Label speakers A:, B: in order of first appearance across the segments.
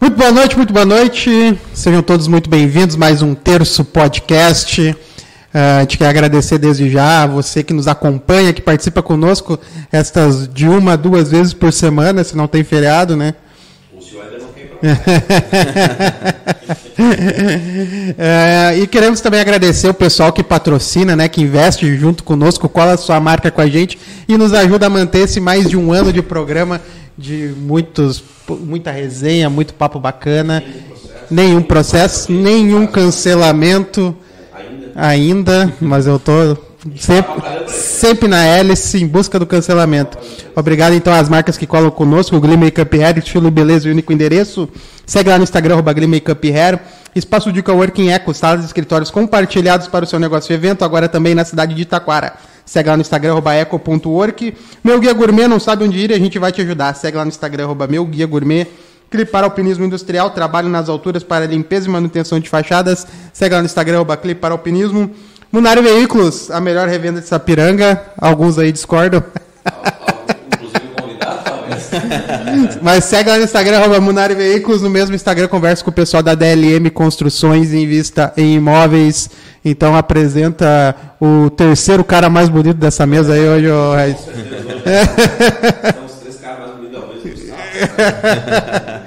A: Muito boa noite, muito boa noite. Sejam todos muito bem-vindos. Mais um Terço Podcast. Ah, A gente quer agradecer desde já a você que nos acompanha, que participa conosco estas de uma, duas vezes por semana, se não tem feriado, né? É, e queremos também agradecer o pessoal que patrocina, né, que investe junto conosco, cola sua marca com a gente e nos ajuda a manter esse mais de um ano de programa de muitos, muita resenha, muito papo bacana, nenhum processo, nenhum cancelamento ainda, mas eu tô sempre, sempre na hélice em busca do cancelamento. Obrigado então às marcas que colam conosco, o Glee Makeup Hair, estilo e beleza e único endereço. Segue lá no Instagram, arroba Glee Makeup Hair. Espaço de Coworking Eco, salas e escritórios compartilhados para o seu negócio e evento, agora também na cidade de Itaquara. Segue lá no Instagram, arroba eco.work. Meu Guia Gourmet não sabe onde ir, a gente vai te ajudar. Segue lá no Instagram, arroba meu guia gourmet. Clipar Alpinismo Industrial, trabalho nas alturas para limpeza e manutenção de fachadas. Segue lá no Instagram, arroba Clipar Alpinismo. Munari Veículos, a melhor revenda de Sapiranga. Alguns aí discordam.
B: Inclusive o convidado, talvez.
C: É.
A: Mas segue lá no Instagram, arroba Munari Veículos. No mesmo Instagram, conversa com o pessoal da DLM Construções em Vista em Imóveis. Então apresenta o terceiro cara mais bonito dessa mesa aí hoje, o Raiz.
B: São os três caras mais bonitos da noite do sábado. né?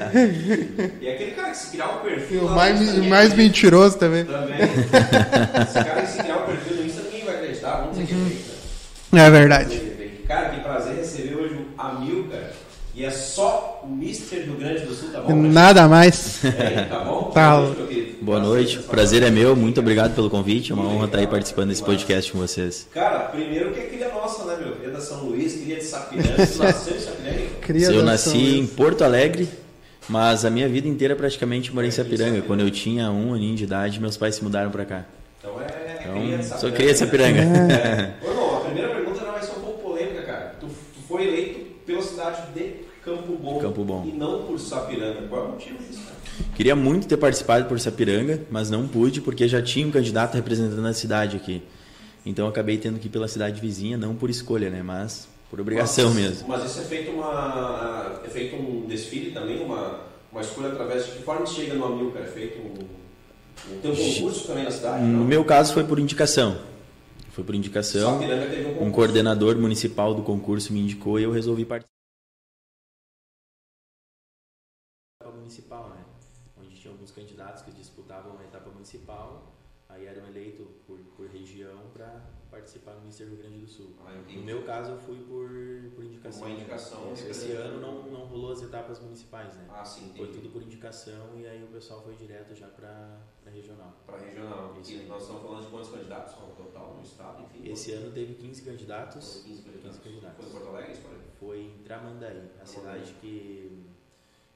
B: E aquele cara que se criar um
A: E
B: perfil.
A: o
B: lá no
A: mais,
B: Insta,
A: o mais
B: ninguém-
A: mentiroso também.
B: Também. Esse cara que se criar um perfil no Insta, ninguém vai acreditar. Vamos dizer que é fake, né?
A: É verdade.
B: Cara, que prazer receber hoje o Amilcar. E é só o Mr. Rio Grande do Sul, tá bom?
A: Nada mais.
B: É, tá bom?
A: Hum. Tá.
B: Boa noite, meu querido.
C: Boa noite, prazer é meu, muito obrigado pelo convite, é uma honra estar aí participando desse podcast com vocês.
B: Cara, primeiro que é cria nossa, né, meu? Cria da São Luís, cria de Sapiranga. Tu nasceu em Sapiranga?
A: Cria
C: Eu
A: da São
C: nasci em
A: Luís.
C: Porto Alegre, mas a minha vida inteira praticamente morei em Sapiranga. Quando eu tinha um aninho de idade, meus pais se mudaram pra cá.
B: Então é, cria
C: Então,
B: de
C: sou
B: Sapiranga.
C: criei em
B: É.
C: Sapiranga.
B: Ô, irmão, a primeira pergunta não vai ser um pouco polêmica, cara. Tu, tu foi eleito pela cidade de Campo Bom,
C: Campo Bom.
B: e não por Sapiranga. Qual é o motivo disso, cara?
C: Queria muito ter participado por Sapiranga, mas não pude porque já tinha um candidato representando a cidade aqui. Então acabei tendo que ir pela cidade vizinha, não por escolha, né, mas por obrigação
B: Mas-
C: mesmo.
B: Mas isso é feito, uma, é feito um desfile também, uma, uma escolha através de que forma isso chega no amigo, cara? É feito um, um teu concurso também na cidade?
C: No
B: não?
C: meu caso foi por indicação. Foi por indicação.
B: Sapiranga teve um concurso.
C: Um coordenador municipal do concurso me indicou e eu resolvi participar. Etapa municipal, né? Onde tinha alguns candidatos que disputavam a etapa municipal, aí eram eleitos por, por região para participar no Ministério do Rio Grande do Sul.
B: Ah, entendi.
C: no meu caso, eu fui por, por indicação.
B: Uma indicação,
C: né? Esse, esse
B: representante.
C: ano não, não rolou as etapas municipais, né?
B: Ah, sim,
C: Foi
B: tem
C: tudo por indicação e aí o pessoal foi direto já para a regional.
B: para regional. E nós estamos falando de quantos candidatos no total no estado, enfim.
C: Esse ano teve 15
B: foram
C: candidatos.
B: 15 candidatos.
C: 15 candidatos.
B: Foi em Porto Alegre, isso, olha.
C: foi em Tramandaí, a cidade que,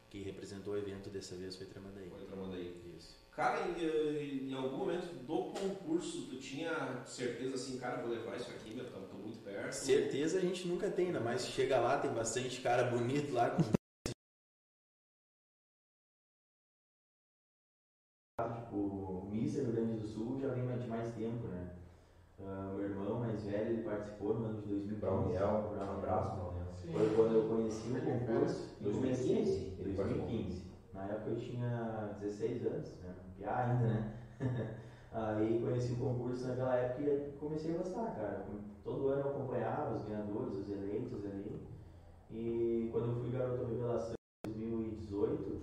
C: que representou o evento dessa vez foi Tramandaí.
B: Foi em Tramandaí.
C: Isso.
B: Cara, em, em algum momento do concurso, tu tinha certeza assim, cara, vou levar isso aqui, meu, tô, tô muito perto.
C: Certeza a gente nunca tem, ainda mais chega lá, tem bastante cara bonito lá. Com... tipo, o Mister do Rio Grande do Sul já vem mais- de mais tempo, né? Ah, meu irmão mais velho ele participou no ano de 2015.
B: Brauniel,
C: Brauniel, Foi quando eu conheci o concurso.
B: 2015?
C: 2015. Na época eu tinha 16 anos, né? Piá ainda, né? Aí conheci o concurso naquela época e comecei a gostar, cara. Todo ano eu acompanhava os ganhadores, os eleitos ali. E quando eu fui garoto revelação em 2018,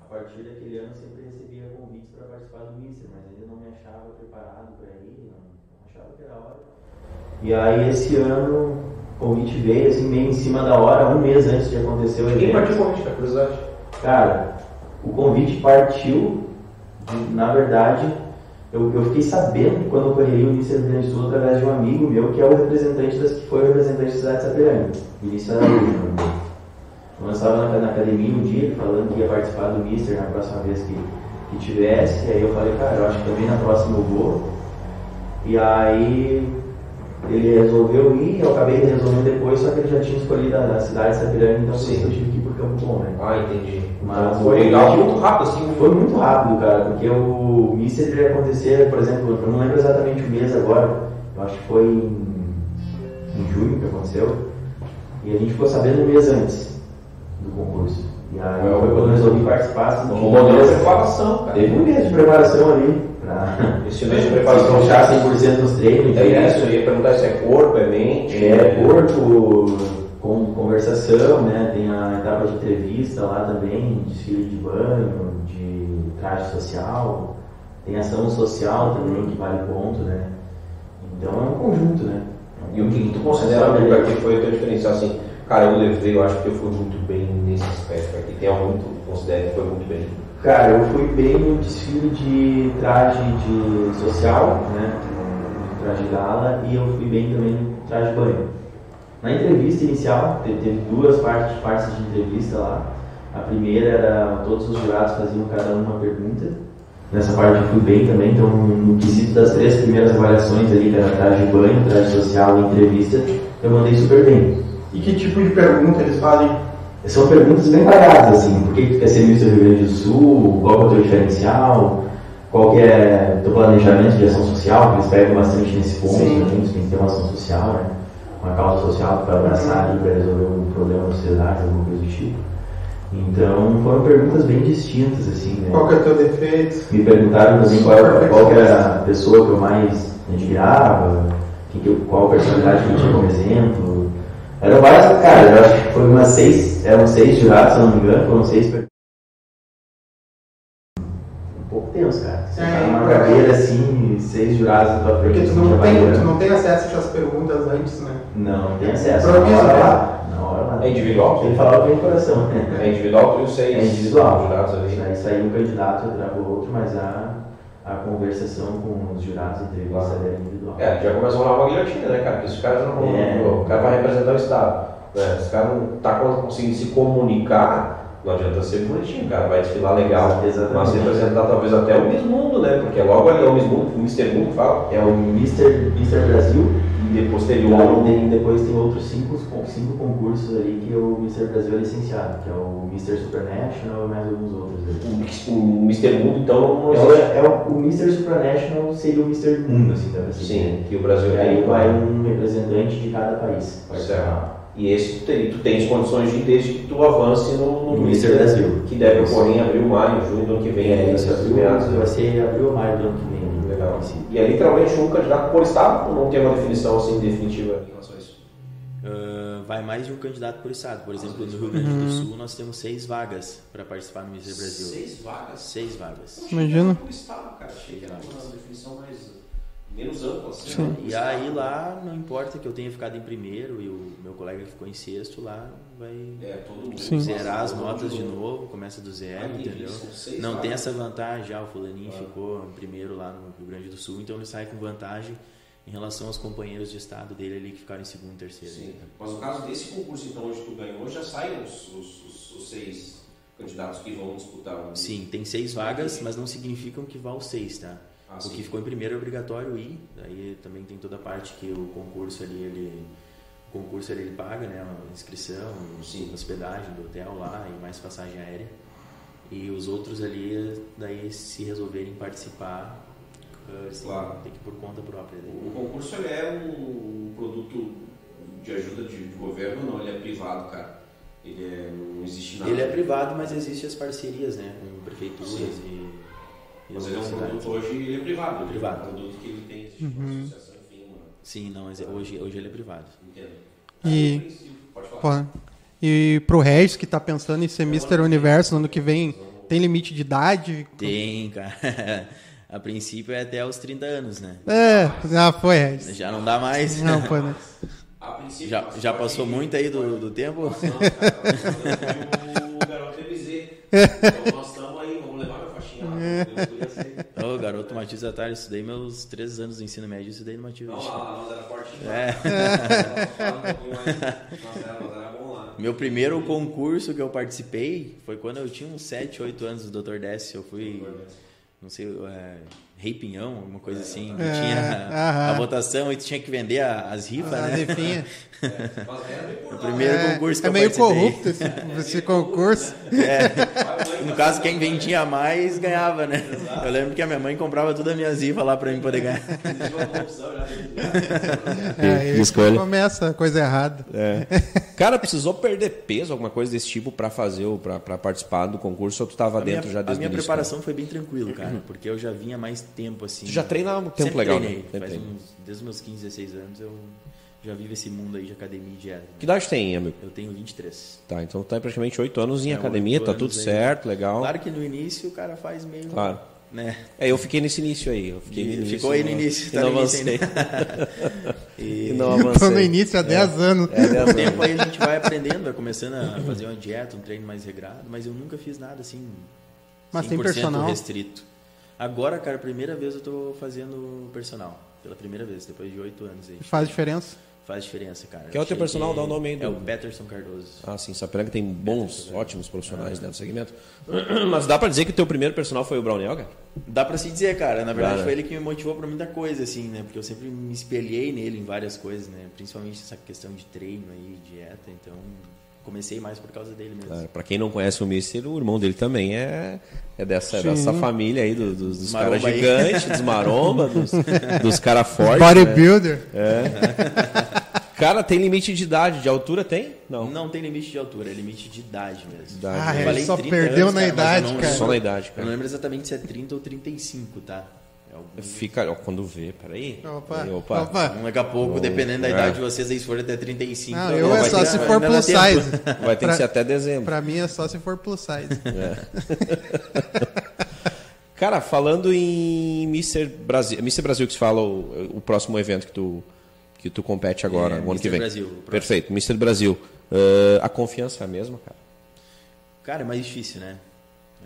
C: a partir daquele ano eu sempre recebia convites para participar do Mister, mas ainda não me achava preparado para ir, não, não achava que era a hora. E aí esse ano o convite veio assim meio em cima da hora, um mês antes de acontecer o
B: Quem
C: evento.
B: partiu com a gente, cara? Curiosidade.
C: Cara, o convite partiu, de- na verdade, eu, eu fiquei sabendo quando eu corri o Mister Rio Grande do Sul através de um amigo meu que é o representante das, que foi o representante da cidade de Sapiranga, Vinícius Araújo. meu amigo. né? Então, eu estava na, na academia um dia ele falando que ia participar do Mister na próxima vez que, que tivesse, e aí eu falei, cara, eu acho que também na próxima eu vou. E aí ele resolveu ir, eu acabei resolvendo depois, só que ele já tinha escolhido a, a cidade de Sapiranga, então por isso eu tive que ir por Campo Bom, né?
B: Ah, entendi.
C: Mas
B: Então, foi
C: o-
B: legal, muito rápido assim.
C: Foi muito rápido, cara, porque o Mister ele ia acontecer, por exemplo, eu não lembro exatamente o mês agora, eu acho que foi em, em junho que aconteceu, e a gente ficou sabendo um mês antes. do concurso. E aí
B: Ué,
C: foi quando eu resolvi participar, assim,
B: Um
C: de
B: modelo de
C: beleza.
B: preparação, cara.
C: Teve um mês de preparação ali, pra
B: Esse mês de preparação
C: preparação já 100% nos treinos,
B: É
C: enfim,
B: isso, eu ia perguntar se é corpo, é mente.
C: é corpo, com conversação, né? Tem a etapa de entrevista lá também, desfile de banho, de traje social, tem ação social também que vale ponto, né? Então é um conjunto, né?
B: E o que que tu considera, Luca, que foi o teu diferencial assim? Cara, eu levei, eu acho que eu fui muito bem nesse aspecto aqui. Tem algum que tu considera que foi muito bem?
C: Cara, eu fui bem no desfile de traje de social, né? no Traje gala, e eu fui bem também no traje de banho. Na entrevista inicial, te- teve duas partes, partes de entrevista lá. A primeira era todos os jurados faziam cada um uma pergunta. Nessa parte eu fui bem também, então no quesito das três primeiras avaliações ali, que era traje de banho, traje social e entrevista, eu mandei super bem.
D: E que tipo de pergunta eles fazem?
C: São perguntas bem variadas, assim, por que tu quer ser ministro do Rio Grande do Sul, qual que é o teu diferencial, qual que é o teu planejamento de ação social, que eles pegam bastante nesse ponto,
D: Sim.
C: né? tu tem que ter uma ação social, né? uma causa social para abraçar ali, para resolver um problema da sociedade, alguma coisa do tipo. Então, foram perguntas bem distintas, assim, né?
D: Qual que é o teu defeito?
C: Me perguntaram também qual, qual que era a pessoa que eu mais admirava, que que eu- qual personalidade que eu tinha como exemplo. Eram várias, cara, eu acho que foi umas seis, eram seis jurados, se eu não me engano, foram seis per- Um pouco tenso, cara. Você
D: É,
C: tá numa
D: é.
C: cadeira assim, seis jurados na tua frente.
D: Porque tu
C: assim,
D: não, tem,
C: avaliando.
D: tu não tem acesso a essas perguntas antes, né?
C: Não, tem acesso.
D: Improviso,
C: na hora
D: né?
C: lá. Na hora lá.
B: É
C: Tem
B: individual?
C: que falar o que vem no coração, né?
B: É individual, tu e os seis
C: É individual.
B: jurados ali. né?
C: Aí saiu um candidato, entrava outro, mas a, a conversação com os jurados, a entrevista era individual.
B: É, já começou a rolar uma guilhotina, né, cara? Porque os caras não vão.
C: É.
B: O cara vai representar o Estado. Né? Os caras não tá con- conseguindo se comunicar, não adianta ser bonitinho, cara. Vai desfilar legal.
C: Exatamente.
B: Mas representar talvez até o Miss Mundo, né? Porque logo ali é o Miss Mundo, o Mr. Mundo fala.
C: É o Mr. Mr. Brasil,
B: E depois teve
C: e
B: o
C: aí
B: Homem
C: tem- depois tem outros cinco, con- cinco concursos ali que o Mr. Brasil é licenciado, que é o Mr. Supranational e mais alguns outros. ali.
B: O Mix- o Mr. Mundo, então, não
C: É o,
B: existe.
C: é o, o Mr. Supranational seria o Mr. Mundo, assim, dá pra se dizer.
B: Sim, que o Brasil
C: E
B: tem.
C: aí vai um representante de cada país.
B: Certo. E esse tu, tem, tu tens condições de, desde que tu avance no,
C: No Mr. Brasil.
B: que deve
C: Isso.
B: ocorrer em abril, maio, junho do ano que vem, aí,
C: Isso,
B: nessas
C: É, abril,
B: meados. né?
C: vai ser abril ou maio do ano que vem. né?
B: Legal. E é literalmente um candidato por estado, ou não tem uma definição assim definitiva em relação a isso?
E: Ah, vai mais de um candidato por estado. Por exemplo, no Rio Grande do Sul nós temos seis vagas para participar no Mister Brasil.
F: vagas?
E: Seis vagas.
A: Imagina.
F: Por estado, cara. Achei que era uma definição mais, menos ampla. Assim, né?
E: E aí lá, não importa que eu tenha ficado em primeiro e o meu colega que ficou em sexto, lá vai
F: É, todo mundo.
A: Sim.
E: zerar as notas de novo, começa do zero,
F: Aí,
E: entendeu?
F: são seis
E: Não
F: vagas.
E: tem essa vantagem, ah, o fulaninho ficou em primeiro lá no Rio Grande do Sul, então ele sai com vantagem em relação aos companheiros de estado dele ali que ficaram em segundo e terceiro. né?
F: Sim. Mas no caso desse concurso, então, onde tu ganhou, já saem os, os- os- os seis candidatos que vão disputar. né? o-
E: Sim, tem seis vagas, mas não significam que vá os seis, tá?
F: Ah,
E: O que
F: sim.
E: ficou em primeiro é obrigatório ir, aí também tem toda a parte que o concurso ali, ele, o concurso ali ele paga, né, a inscrição,
F: Sim.
E: hospedagem do hotel lá e mais passagem aérea. E os outros ali, daí se resolverem participar, eh, eles têm-
F: Claro.
E: tem que ir por conta própria. né?
F: O o concurso ele é um produto de ajuda de, de governo, não, ele é privado, cara. Ele é, não existe nada.
E: Ele é privado, mas existem as parcerias, né, com prefeituras e, e
F: Mas ele é um
E: universidades.
F: produto hoje, ele é privado. ele
E: Privado.
F: É um produto que ele tem, existe uma associação, enfim, uma.
E: Sim, não, mas hoje, hoje ele é privado.
F: Entendo.
A: E-
F: Ah, princípio, Pode falar.
A: Pô, E pro Regis, que tá pensando em ser Mr. Universo no ano que vem, tem limite de idade?
E: Tem, cara. A princípio é até os 30 anos, né?
A: É, já foi, Regis.
E: Já não dá mais.
A: Não, foi, né?
F: A princípio,
E: Já,
F: mas
E: já
F: pode-
E: passou muito aí do, do tempo?
F: Não, cara, o um garoto MZ. Então nós estamos aí, vamos levar minha faixinha lá. Eu ia ser-
E: Ô, garoto Matias Atalho, eu estudei meus três anos do ensino médio, eu estudei no Matias.
F: Não, lá, lá nós era forte
E: É.
F: demais. Fala um pouquinho mais. Nós era, nós era bom lá.
E: Meu primeiro concurso que eu participei foi quando eu tinha uns 7, 8 anos do Dr. Décio. Eu fui, não sei, é,
C: Rei Pinhão, alguma coisa assim. que
A: É,
C: tinha a,
A: aham.
C: a votação e tu tinha que vender a- as rifas,
A: As
C: né?
A: rifinhas.
G: Mas era bem por
C: O
G: lá.
C: primeiro
A: É,
C: concurso que
A: é
C: eu
A: meio
C: participei.
A: corrupto esse, esse concurso.
C: No caso, quem vendia mais ganhava, né? Eu lembro que a minha mãe comprava todas as minhas rifas lá pra mim poder ganhar.
G: Eles vão corrupção, já vem.
A: É, aí
B: escolha.
A: começa a coisa errada.
B: Cara, precisou perder peso, alguma coisa desse tipo, pra fazer ou pra, pra participar do concurso ou tu tava
C: A
B: Tá dentro
C: minha,
B: já desde
C: a minha
B: o início, né?
C: preparação foi bem tranquilo, cara, porque eu já vinha mais tempo assim.
B: Tu já treina há um tempo
C: Sempre
B: legal,
C: treinei.
B: né? Sempre
C: Faz
B: treina.
C: uns, desde os meus 15, 16 anos eu já vivo esse mundo aí de academia e dieta.
B: cara? Que idade tem, amigo?
C: Eu tenho 23.
B: Tá, então tá praticamente oito anos em
C: É,
B: academia,
C: oito
B: tá
C: anos
B: tudo
C: aí.
B: certo, legal.
C: Claro que no início o cara faz meio.
B: Claro.
C: Né?
B: É, eu fiquei nesse início aí. Eu fiquei no
C: E
B: início,
C: ficou aí no
B: não-
C: início,
B: e
C: tá
B: não
C: no início
B: avancei.
C: E
B: E não avancei.
A: Tô no início há 10 anos.
B: É,
C: com o
B: dez anos.
C: tempo aí a gente vai aprendendo, vai começando a fazer uma dieta, um treino mais regrado, mas eu nunca fiz nada assim.
A: Mas tem
C: 100%
A: personal?
C: restrito. Agora, cara, primeira vez eu tô fazendo personal. Pela primeira vez, depois de oito anos aí.
A: Faz diferença.
C: Faz diferença, cara.
B: Quem é o teu
C: Cheguei-
B: personal? Dá o nome aí do-
C: É o Peterson Cardoso.
B: Ah, sim, Sapiranga tem bons, ótimos profissionais dentro do segmento. Mas dá pra dizer que o teu primeiro personal foi o Brownell, cara?
C: Dá pra se dizer, cara. Na verdade,
B: Dá, né?
C: foi ele que me motivou pra muita coisa, assim, né? Porque eu sempre me espelhei nele em várias coisas, né? Principalmente essa questão de treino aí, dieta. Então, comecei mais por causa dele mesmo.
B: Claro, Ah, pra quem não conhece o Mister, o irmão dele também é, é dessa, dessa família aí do- dos, dos
C: Maromba
B: caras
C: aí.
B: gigantes, dos maromba, dos, dos caras fortes. né? É.
A: Bodybuilder.
B: Cara, tem limite de idade, de altura tem? Não.
C: Não tem limite de altura, é limite de idade mesmo.
B: Idade. né?
A: Ah,
C: Eu
A: ele
C: falei
A: só
C: 30
A: perdeu
C: anos,
A: na
C: cara, mas eu
A: idade,
C: não-
A: cara.
B: Só na idade,
C: Eu não
B: cara.
C: lembro exatamente se é 30 ou 35, tá? É algum-
B: Fica, ó, quando vê, peraí.
C: né?
A: Opa,
B: Aí,
A: opa.
C: Então, daqui a pouco,
B: Bom,
C: dependendo da
B: é.
C: idade de vocês, aí se for até 35.
A: Não,
C: então
A: eu
B: Não,
A: é
B: vai
A: só
B: ter-
A: se
B: vai-
A: for
C: ainda dá
A: plus
C: tempo.
A: size.
B: Vai ter
A: Pra-
B: que ser até dezembro.
A: Pra mim é só se for plus size.
B: Cara, falando em Mr. Brasil, Mr. Brasil que se fala o, o próximo evento que tu, que tu compete agora,
C: É,
B: o ano que
C: Mr.
B: vem.
C: Brasil, o próximo.
B: Perfeito, Mr. Brasil. Ah, a confiança é a mesma, cara?
C: Cara, é mais difícil, né?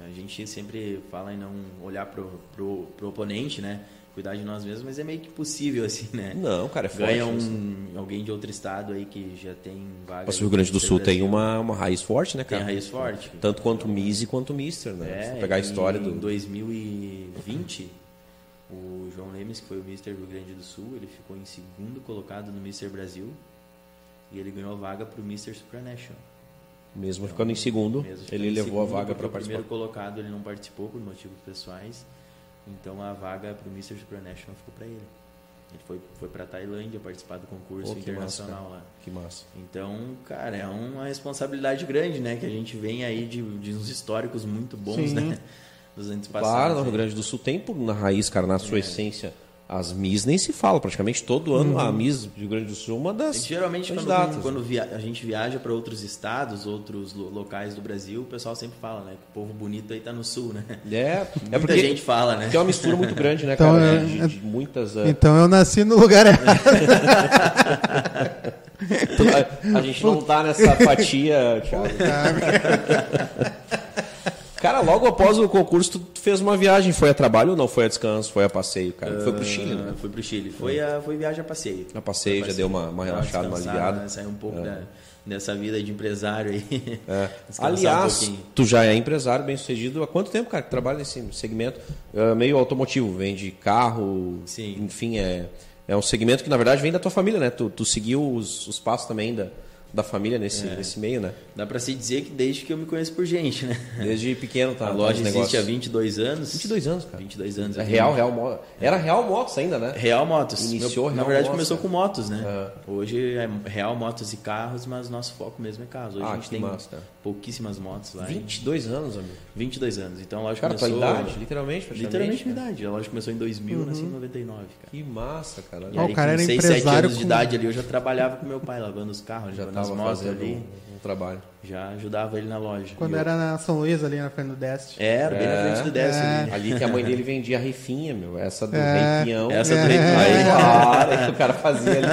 C: A gente sempre fala em não olhar pro, pro, pro oponente, né? Cuidar de nós mesmos, mas é meio que possível, assim, né?
B: Não, cara, é forte.
C: Ganha
B: isso.
C: um, alguém de outro estado aí que já tem vaga.
B: Mas o Rio Grande do Sul tem uma, uma raiz forte, né,
C: Tem
B: cara?
C: a raiz forte.
B: Tanto quanto o Mise quanto o Mister, né? Se
C: É,
B: tu pegar a
C: e
B: história do.
C: Em 2020, o João Lemes, que foi o Mister do Rio Grande do Sul, ele ficou em segundo colocado no Mister Brasil e ele ganhou a vaga para o Mister Supranational.
B: Mesmo ficando em segundo,
C: Mesmo ficando
B: ele
C: em
B: levou a
C: segundo,
B: vaga
C: porque
B: pra
C: o
B: participar.
C: primeiro colocado ele não participou por motivos pessoais, então a vaga para o Mister Supranational ficou para ele. Ele foi, foi para Tailândia participar do concurso
B: Pô, que
C: internacional lá.
B: Que massa.
C: Então, cara, é uma responsabilidade grande, né? Que a gente vem aí de, de uns históricos muito bons,
A: Sim.
C: né? Dos anos
B: Claro,
C: passados.
B: no Rio
C: aí.
B: Grande do Sul tem por- na raiz, cara, na
C: É.
B: sua essência. As Miss nem se fala, praticamente todo ano
A: Uhum.
B: a Miss do Rio Grande do Sul é uma das.
C: É que Geralmente,
B: candidatas.
C: quando, quando via- a gente viaja para outros estados, outros lo- locais do Brasil, o pessoal sempre fala, né? Que o povo bonito aí tá no sul, né?
B: É, é
C: Muita
B: porque é
C: gente fala, né?
B: tem uma mistura muito grande, né,
A: Então,
B: cara?
A: é-
B: de, de muitas. ah,
A: Então eu nasci no lugar errado. Então,
B: a, a gente não tá nessa fatia, Thiago. Cara, logo após o concurso, tu- tu fez uma viagem. Foi a trabalho ou não? Foi a descanso? Foi a passeio, cara? Foi
C: Ah,
B: pro Chile, né?
C: Foi pro Chile. Foi, a, foi viagem a passeio.
B: A passeio, já deu uma, uma
C: Dá
B: relaxada, uma
C: descansada,
B: aliviada.
C: né? Sair um pouco da- dessa vida de empresário aí.
B: É.
C: Descansar um
B: Aliás,
C: pouquinho.
B: tu já é empresário bem sucedido. Há quanto tempo, cara, que trabalha nesse segmento? É, meio automotivo, vende carro,
C: Sim.
B: enfim, é, é um segmento que na verdade vem da tua família, né? Tu, tu seguiu os, os passos também da, da família nesse,
C: É.
B: nesse meio, né?
C: dá para se dizer que desde que eu me conheço por gente, né?
B: Desde pequeno tá
C: A
B: tá
C: loja
B: nesse
C: existe
B: negócio.
C: há 22 anos.
B: 22 anos, cara.
C: 22 anos.
B: É
C: eu
B: Real,
C: tenho-
B: Real Motos. Era Real Motos ainda, né?
C: Real Motos.
B: Iniciou
C: Na
B: Real
C: verdade
B: Motos,
C: começou
B: né?
C: com motos, né? Hoje é Real Motos e carros, mas nosso foco mesmo é carros. Hoje
B: Ah,
C: a gente
B: que
C: tem
B: massa, cara.
C: pouquíssimos pouquíssimas motos lá.
B: 22 anos, amigo.
C: 22 anos. Então a loja
B: Cara, tua
C: É. começou...
B: idade, literalmente, praticamente.
C: Literalmente né? minha
B: cara.
C: idade. A loja começou em 2000, nasci em 99, cara.
B: Que massa, cara.
C: E
A: Ó, o
C: aí,
A: cara
C: com
A: era
C: seis,
A: empresário
C: anos de
A: com-
C: idade ali, eu já trabalhava com meu pai, lavando os carros,
B: Já
C: lavando as
B: tava
C: motos
B: fazendo
C: ali.
B: um, um trabalho.
C: Já ajudava ele na loja.
A: Quando
C: E eu-
A: era na São Luís, ali na frente do Deste.
C: Era, bem na
B: É.
C: frente do 10 ali. né?
B: Ali que a mãe dele vendia a rifinha, meu. Essa do
A: É.
B: é. reipião.
C: Essa do
B: É.
C: rei Pinhão.
B: Aí, cara, que o cara fazia ali.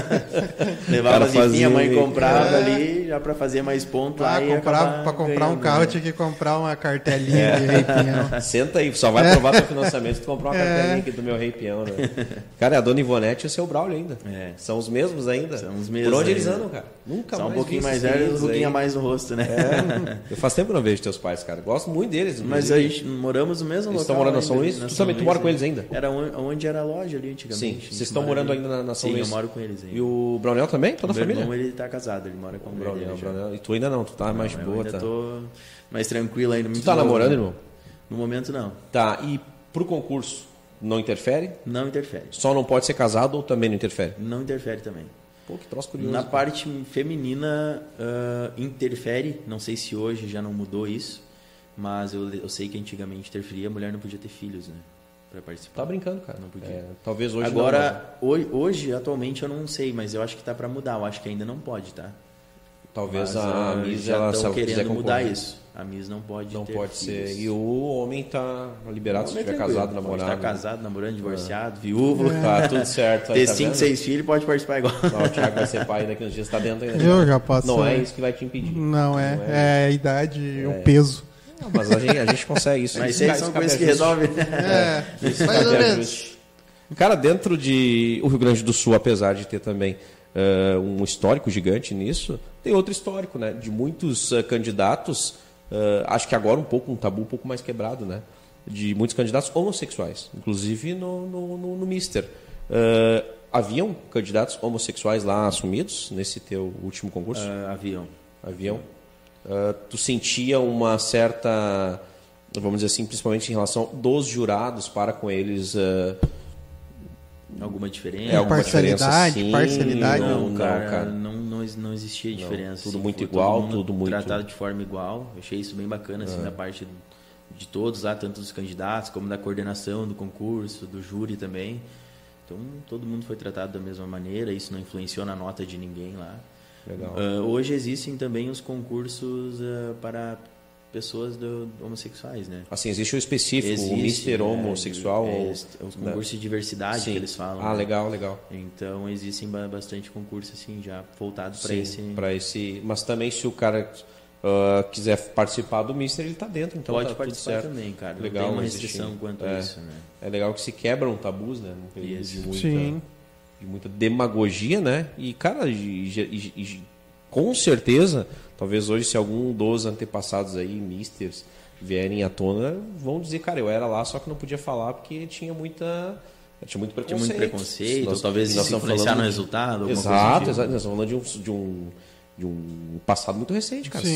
C: Levava
B: Cara,
C: as rifinhas,
B: fazia É.
C: a mãe
B: ali.
C: comprava ali, já pra fazer mais ponto
A: Ah,
C: lá. e
A: comprava,
C: acabar
A: pra comprar
C: ganhando,
A: um carro
C: né? É.
A: tinha que comprar uma cartelinha de Rei Pinhão.
B: Senta aí, só vai provar teu financiamento se tu comprar uma cartelinha aqui do meu reipião, né? Cara, a dona Ivonete e o seu Braulio ainda.
C: É.
B: São os mesmos ainda.
C: São os mesmos
B: Por onde eles
C: ainda.
B: andam, cara? Nunca
C: Só um
B: mais.
C: pouquinho
B: vi
C: mais
B: esses
C: velho, um
B: meninos
C: pouquinho a
B: aí.
C: mais no rosto, né? né?
B: É, eu faz tempo que não vejo teus pais, cara. Gosto muito deles.
C: Mas
B: inclusive.
C: a gente moramos no mesmo
B: Eles
C: local.
B: estão morando na
C: ainda, né?
B: São Luís? Tu também, tu mora com eles ainda?
C: Era on- onde era a loja ali antigamente.
B: Sim,
C: a gente
B: vocês estão
C: mora
B: morando
C: ali.
B: ainda na- na São
C: Sim,
B: Luís?
C: eu moro com eles ainda.
B: E o Braunel também? Toda a
C: Meu
B: família?
C: irmão, ele tá casado, ele mora com a
B: O
C: mulher
B: Braunel, o
C: dele já.
B: Braunel. E tu ainda não, tu tá um mais
C: Não, eu
B: boa,
C: ainda
B: tá?
C: tô mais tranquilo ainda.
B: Tu
C: muito
B: tá
C: novo,
B: namorando,
C: né?
B: irmão?
C: No momento, não.
B: Tá, e pro concurso, não interfere?
C: Não interfere.
B: Só não pode ser casado ou também não interfere?
C: Não interfere também.
B: Pô, que troço curioso.
C: Na parte feminina, ah, interfere. Não sei se hoje já não mudou isso, mas eu, eu sei que antigamente interferia. A mulher não podia ter filhos, né? Pra participar.
B: Tá brincando, cara.
C: Não podia.
B: É, talvez hoje não, né?
C: Agora, hoje, hoje, atualmente, eu não sei, mas eu acho que tá pra mudar. Eu acho que ainda não pode, tá?
B: mas talvez
C: Mas,
B: a
C: ah,
B: Miss,
C: já
B: ela,
C: tão
B: se ela quiser
C: querendo mudar
B: concorrer,
C: isso. A Miss não pode
B: Não
C: ter
B: pode
C: filhos.
B: ser. E o homem tá liberado se
C: Homem é
B: tiver
C: tranquilo.
B: casado,
C: Pode
B: namorado.
C: estar casado, namorando, divorciado, viúvo.
B: Tá tudo certo. Aí,
C: Ter
B: tá
C: 5,
B: vendo?
C: 6 filhos pode participar igual.
B: Não, o Thiago vai ser pai daqui uns dias, tá dentro ainda.
A: Eu já posso
B: Não é
A: ser.
B: isso que vai te impedir.
A: Não é.
B: Não
A: É a idade, o peso.
B: Não, mas a gente, a gente consegue isso.
C: Mas é
B: Isso
C: isso aí
B: cabe-
C: são
B: cabe
C: coisas que né?
B: a gente.
A: É,
C: resolvem.
A: mais ou
B: Cadê a
A: menos.
B: Just? Cara, dentro de o Rio Grande do Sul, apesar de ter também eh, um histórico gigante nisso, tem outro histórico, né? De muitos eh, candidatos, eh, acho que agora um pouco um tabu um pouco mais quebrado, né? De muitos candidatos homossexuais, inclusive no, no, no, no Mister. Eh, haviam candidatos homossexuais lá assumidos nesse teu último concurso?
C: Ah, avião.
B: avião, ah, tu sentia uma certa, vamos dizer assim, principalmente em relação dos jurados para com eles, ah,
C: Alguma diferença?
B: é alguma
A: Parcialidade,
B: diferença? Sim,
A: parcialidade, né?
B: não,
C: Não,
B: não,
C: cara,
B: cara.
C: Não, não, ex- não existia diferença.
B: tudo
C: assim,
B: muito
C: foi
B: igual,
C: mundo
B: tudo muito- É.
C: Tratado de forma igual. Eu achei isso bem bacana, assim, da parte de todos lá, tanto dos candidatos como da coordenação do concurso, do júri também. Então, todo mundo foi tratado da mesma maneira, isso não influenciou na nota de ninguém lá.
B: Legal.
C: Ah, hoje existem também os concursos ah, para pessoas do- homossexuais, né?
B: Assim, existe o específico, o
C: Existe,
B: mister
C: né,
B: homossexual.
C: é,
B: ou-
C: é, os concursos de diversidade
B: Sim.
C: que eles falam.
B: Ah,
C: né?
B: legal, legal.
C: Então existem ba- bastante concursos assim já voltados para
B: Sim,
C: esse.
B: pra esse. Mas também se o cara ah, quiser participar do mister, ele está dentro, então
C: Pode
B: tá tudo
C: participar
B: certo.
C: também, cara. Não
B: Legal,
C: tem uma
B: existe.
C: restrição quanto
B: É.
C: a isso, né?
B: É legal que se quebram tabus, né? Num período
C: Isso.
B: de muita,
A: Sim.
B: de muita demagogia, né? E, cara, e- e- e- com certeza, talvez hoje, se algum dos antepassados aí, misters, vierem à tona, vão dizer, cara, eu era lá, só que não podia falar porque tinha muita. Tinha muito
C: Tinha
B: preconceito.
C: muito preconceito,
B: Nós-
C: ou talvez
B: nós
C: isso
B: estamos
C: influenciar no
B: falando de-
C: resultado. alguma
B: Exato,
C: coisa do tipo.
B: exato. Nós estamos falando de um, de um, de um passado muito recente, cara.
A: Sim.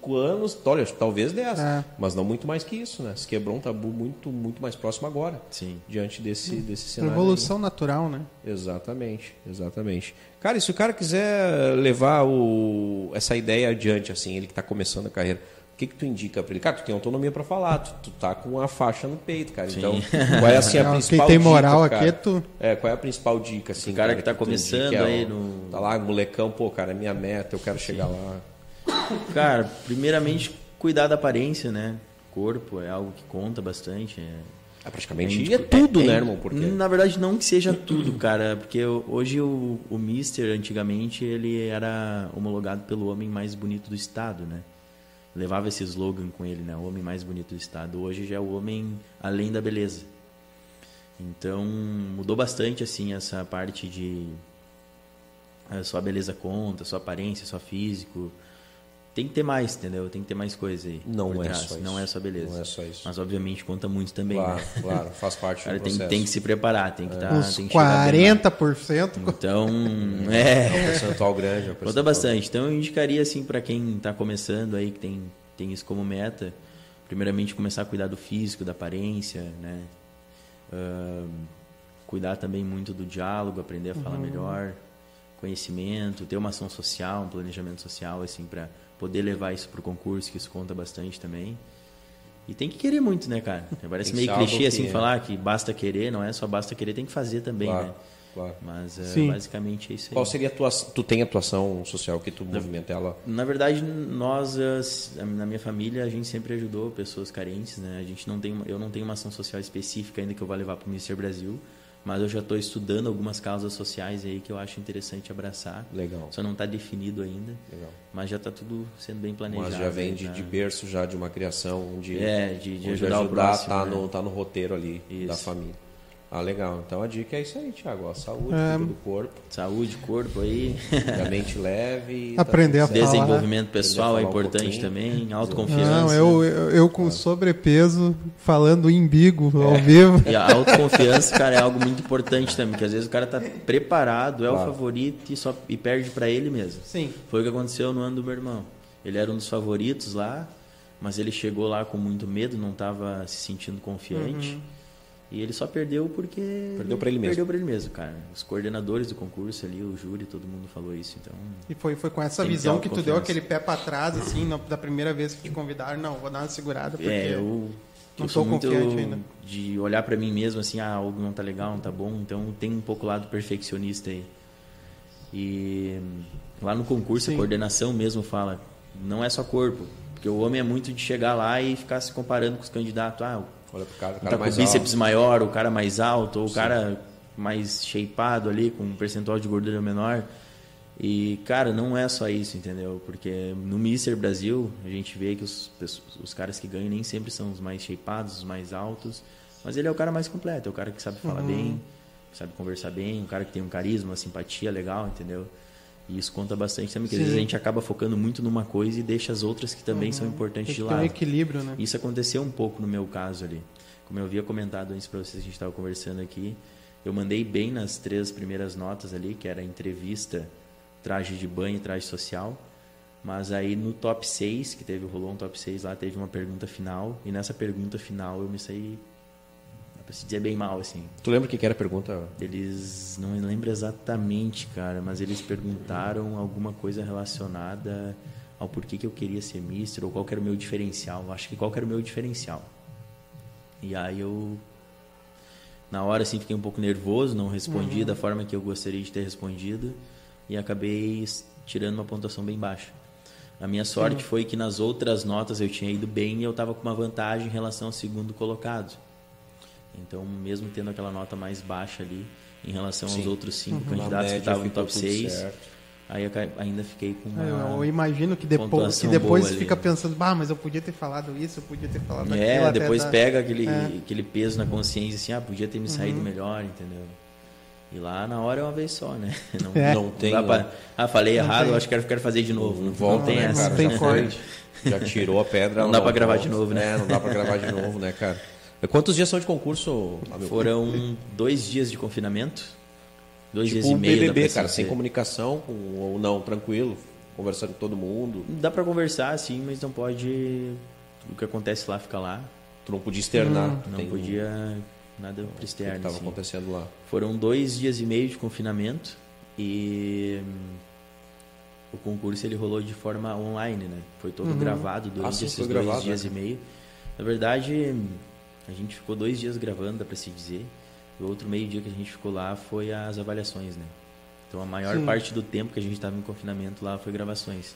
B: Cinco anos, olha, talvez dez,
A: É.
B: mas não muito mais que isso, né? Se quebrou um tabu muito, muito mais próximo agora,
C: Sim.
B: diante desse, desse
C: né?
B: cenário.
A: Evolução natural, né?
B: aí. Exatamente, exatamente. Cara, e se o cara quiser levar o, essa ideia adiante, assim, ele que está começando a carreira, o que, que tu indica para ele? Cara, tu tem autonomia para falar, tu, tu tá com a faixa no peito, cara. Então, qual é assim, a
A: Não, quem
B: principal
A: tem
B: dica,
A: moral aqui
B: cara?
A: é tu.
B: É, qual é a principal dica, assim?
C: O cara que tá
B: tu indica,
C: começando
B: ó,
C: aí no-
B: Tá lá, molecão, pô, cara, é minha meta, eu quero chegar lá.
C: tipo. Cara, primeiramente cuidar da aparência, né? Corpo é algo que conta bastante. é-
B: É praticamente
C: gente-
B: é tudo,
C: é-
B: né,
C: é-
B: irmão? Porque
C: Na verdade, não que seja tudo, cara. Porque eu- hoje o, o Mister, antigamente, ele era homologado pelo homem mais bonito do estado, né? Levava esse slogan com ele, né? O homem mais bonito do estado. Hoje já é o homem além da beleza. Então, mudou bastante, assim, essa parte de... eh, Só a beleza conta, só a aparência, só físico. Tem que ter mais, entendeu? Tem que ter mais coisa aí.
B: Não
C: por
B: é
C: trás.
B: só isso.
C: Não é só beleza.
B: Não é só isso.
C: Mas, obviamente, conta muito também, né?
B: claro, claro, faz parte
C: Cara,
B: do
C: tem,
B: processo.
C: tem que se preparar, tem que estar.
A: Uns
C: Ah, tem que chegar bem lá.
A: 40%.
C: Então,
B: É um
C: é.
B: percentual grande. é um
C: Conta
B: percentual
C: bastante. Então, eu indicaria, assim, para quem tá começando aí, que tem, tem isso como meta, primeiramente começar a cuidar do físico, da aparência, né? Ah, cuidar também muito do diálogo, aprender a falar melhor, conhecimento, ter uma ação social, um planejamento social, assim, para poder levar isso pro concurso, que isso conta bastante também. E tem que querer muito, né, cara?
B: Tem
C: Parece
B: que
C: meio
B: ser algo
C: clichê, assim,
B: que-
C: falar que basta querer, não é só basta querer, tem que fazer também,
B: Claro,
C: né?
B: claro.
C: Mas é,
A: Sim.
C: basicamente é isso aí.
B: Qual seria a tua... Tu tem atuação social que tu movimenta ela?
C: Na verdade, nós, as- na minha família, a gente sempre ajudou pessoas carentes, né? A gente não tem, uma- eu não tenho uma ação social específica ainda que eu vá levar para o Ministério Brasil, mas eu já estou estudando algumas causas sociais aí que eu acho interessante abraçar.
B: Legal.
C: Só não está definido ainda,
B: Legal.
C: mas já está tudo sendo bem planejado.
B: Mas já vem de,
C: né?
B: de berço, já de uma criação onde...
C: É, de- de
B: onde
C: ajudar o próximo,
B: tá,
C: né?
B: no, tá no roteiro ali
C: Isso.
B: da família. Ah, legal. Então a dica é isso aí, Thiago. Ó, saúde,
A: É.
B: cuida do corpo,
C: Saúde, corpo aí.
B: da mente leve. tá
A: Aprender a
B: tudo certo.
A: falar.
C: Desenvolvimento pessoal é
B: falar um
C: importante
B: pouquinho.
C: também. Autoconfiança.
A: Não, eu, eu, eu
C: Ah.
A: com sobrepeso, falando imbigo
C: É.
A: ao vivo.
C: E a autoconfiança, cara, é algo muito importante também, porque às vezes o cara tá preparado, é o
B: Claro.
C: favorito e, só, e perde pra ele mesmo.
A: Sim.
C: Foi o que aconteceu no ano do meu irmão. Ele era um dos favoritos lá, mas ele chegou lá com muito medo, não tava se sentindo confiante. E ele só perdeu porque.
B: Perdeu pra ele mesmo.
C: Perdeu pra ele mesmo, cara. Os coordenadores do concurso ali, o júri, todo mundo falou isso. Então,
A: E foi, foi com essa
C: Tem que ter
A: visão que tu deu aquele
C: autoconfiança.
A: pé pra trás, assim, na- da primeira vez que te convidaram. Não, vou dar uma segurada, porque...
C: é, eu.
A: não
C: eu sou
A: tô
C: muito
A: confiante ainda.
C: de olhar pra mim mesmo assim, ah, algo não tá legal, não tá bom, então tem um pouco lado perfeccionista aí. E lá no concurso,
A: Sim.
C: a coordenação mesmo fala, não é só corpo, porque o homem é muito de chegar lá e ficar se comparando com os candidatos, ah, o
B: Olha pro cara, o
C: tá
B: cara
C: com o
B: mais
C: bíceps
B: alto.
C: maior, o cara mais alto, ou o cara mais shapeado ali, com um percentual de gordura menor. E, cara, não é só isso, entendeu? Porque no Mister Brasil, a gente vê que os, pesso- os caras que ganham nem sempre são os mais shapeados, os mais altos. Mas ele é o cara mais completo, é o cara que sabe
B: Uhum.
C: falar bem, que sabe conversar bem, o cara que tem um carisma, uma simpatia legal, entendeu? E isso conta bastante também, porque às vezes a gente acaba focando muito numa coisa e deixa as outras que também
B: Uhum.
C: são
A: Tem
C: importantes
A: que
C: de
A: ter
C: lado.
A: um equilíbrio, né?
C: Isso aconteceu um pouco no meu caso ali. Como eu havia comentado antes para vocês, a gente estava conversando aqui, eu mandei bem nas três primeiras notas ali, que era entrevista, traje de banho e traje social. Mas aí no top 6, que teve, rolou um top 6 lá, teve uma pergunta final. E nessa pergunta final eu me saí, dá pra se dizer bem mal, assim.
B: Tu lembra o que que era a pergunta?
C: Eles não me lembro exatamente, cara, mas eles perguntaram alguma coisa relacionada ao porquê que eu queria ser mister ou qual que era o meu diferencial. Acho que qual que era o meu diferencial. E aí eu na hora assim fiquei um pouco nervoso, não
B: Uhum.
C: respondi da forma que eu gostaria de ter respondido e acabei s- tirando uma pontuação bem baixa. A minha sorte foi que nas outras notas eu tinha ido bem e eu estava com uma vantagem em relação ao segundo colocado. Então, mesmo tendo aquela nota mais baixa ali em relação aos outros cinco candidatos
B: Na Uhum.
C: que
B: média
C: estavam no
B: ficou
C: top
B: tudo
C: 6,
B: certo. É,
C: aí eu ca- ainda fiquei com uma
A: Ah, Eu, eu imagino que depois, que
C: Pontuação
A: depois
C: boa ali,
A: fica
C: né?
A: pensando, bah, mas eu podia ter falado isso, eu podia ter falado aquilo.
C: É,
A: até
C: depois
A: dar-"
C: pega aquele,
A: É. Uhum.
C: aquele peso na consciência, assim, ah, podia ter me saído melhor, entendeu? E lá na hora é uma vez só, né? Não,
A: É.
C: não
B: Não tem,
C: dá
B: né?
C: pra- Ah, falei errado,
A: tem.
C: acho que quero, quero fazer de novo. Não,
B: volta,
C: não tem
B: né,
C: essa.
B: cara?
A: Não tem
B: Já
A: corte.
B: Já tirou a pedra.
C: Não dá pra gravar
B: volta.
C: de novo, né?
B: É, não dá pra gravar de novo, né, cara? Quantos dias são de concurso? Fábio?
C: Foram dois dias de confinamento, dois
B: Tipo
C: dias e
B: um
C: meio. dá
B: BBB,
C: pra
B: cara,
C: se
B: sem
C: dizer.
B: comunicação, com, ou não, tranquilo, conversando com todo mundo.
C: Dá pra conversar, sim, mas não pode... O que acontece lá, fica lá.
B: Tu não podia externar. tu
C: Hum, Não
B: tem- um-
C: podia nada pro
B: O que
C: externo,
B: estava
C: assim.
B: acontecendo lá?
C: Foram dois dias e meio de confinamento e hum, o concurso ele rolou de forma online, né? Foi todo gravado durante
B: Ah, sim,
C: esses
B: foi
C: dois
B: gravado,
C: dias e meio. Na verdade, hum, a gente ficou dois dias gravando, dá pra se dizer. E o outro meio dia que a gente ficou lá foi as avaliações, né? Então a maior parte do tempo que a gente estava em confinamento lá foi gravações.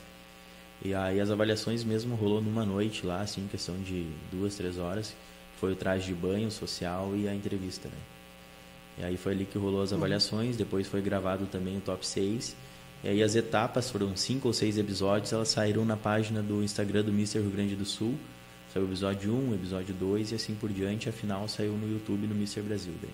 C: E aí as avaliações mesmo rolou numa noite lá, assim, em questão de duas, três horas. Foi o traje de banho, o social e a entrevista, né? E aí foi ali que rolou as avaliações, depois foi gravado também o top 6. E aí as etapas foram cinco ou seis episódios, elas saíram na página do Instagram do Mr. Rio Grande do Sul. Saiu o episódio 1, o episódio 2 e assim por diante. Afinal saiu no YouTube no Mr. Brasil. daí.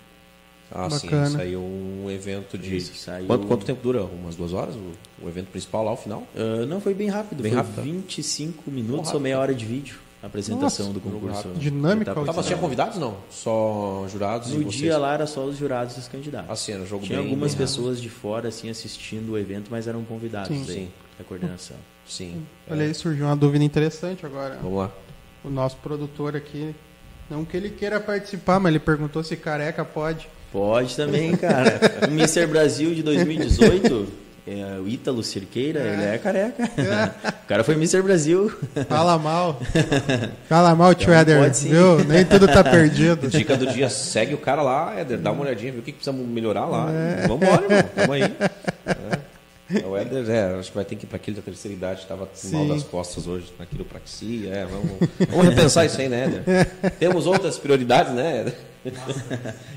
B: Ah,
A: Bacana.
B: sim, saiu um evento de.
C: Isso, saiu-
B: Quanto, quanto tempo dura? Umas duas horas? O, o evento principal lá, o final?
C: Ah, não, foi bem rápido.
B: Bem
C: foi
B: rápido.
C: 25 minutos
B: Bom,
C: ou meia hora de vídeo. A apresentação do concurso.
B: rápido.
A: Dinâmica,
C: Etapa
A: Pois
B: Tava,
A: é.
B: tinha convidados, não? Só jurados e
C: No
B: vocês?
C: dia lá era só os jurados e os candidatos.
B: Assim, era um jogo
C: Tinha
B: bem-
C: algumas
B: bem
C: pessoas de fora assim assistindo o evento, mas eram convidados
A: Sim.
C: aí
B: Sim.
C: da coordenação.
B: Sim. É,
A: Olha aí, surgiu uma dúvida interessante agora.
B: Vamos lá.
A: O nosso produtor aqui, não que ele queira participar, mas ele perguntou se careca pode.
C: Pode também, cara. O Mr. Brasil de 2018, é, o Ítalo Cirqueira, ele é careca.
B: É.
C: o cara foi Mr. Brasil.
A: Fala mal. Fala mal, tio Éder.
C: Então, pode sim.
A: Viu? Nem tudo tá perdido.
B: Tipo, Dica do dia, segue o cara lá, Éder, dá uma olhadinha, vê o que que precisamos melhorar lá. Vambora, irmão, tamo aí. É. É, O Éder, é, acho que vai ter que ir para aquele da terceira idade, estava com mal
A: Sim.
B: das costas hoje na quiropraxia. É, vamos, vamos repensar isso aí, né, Éder? Temos outras prioridades, né, Éder?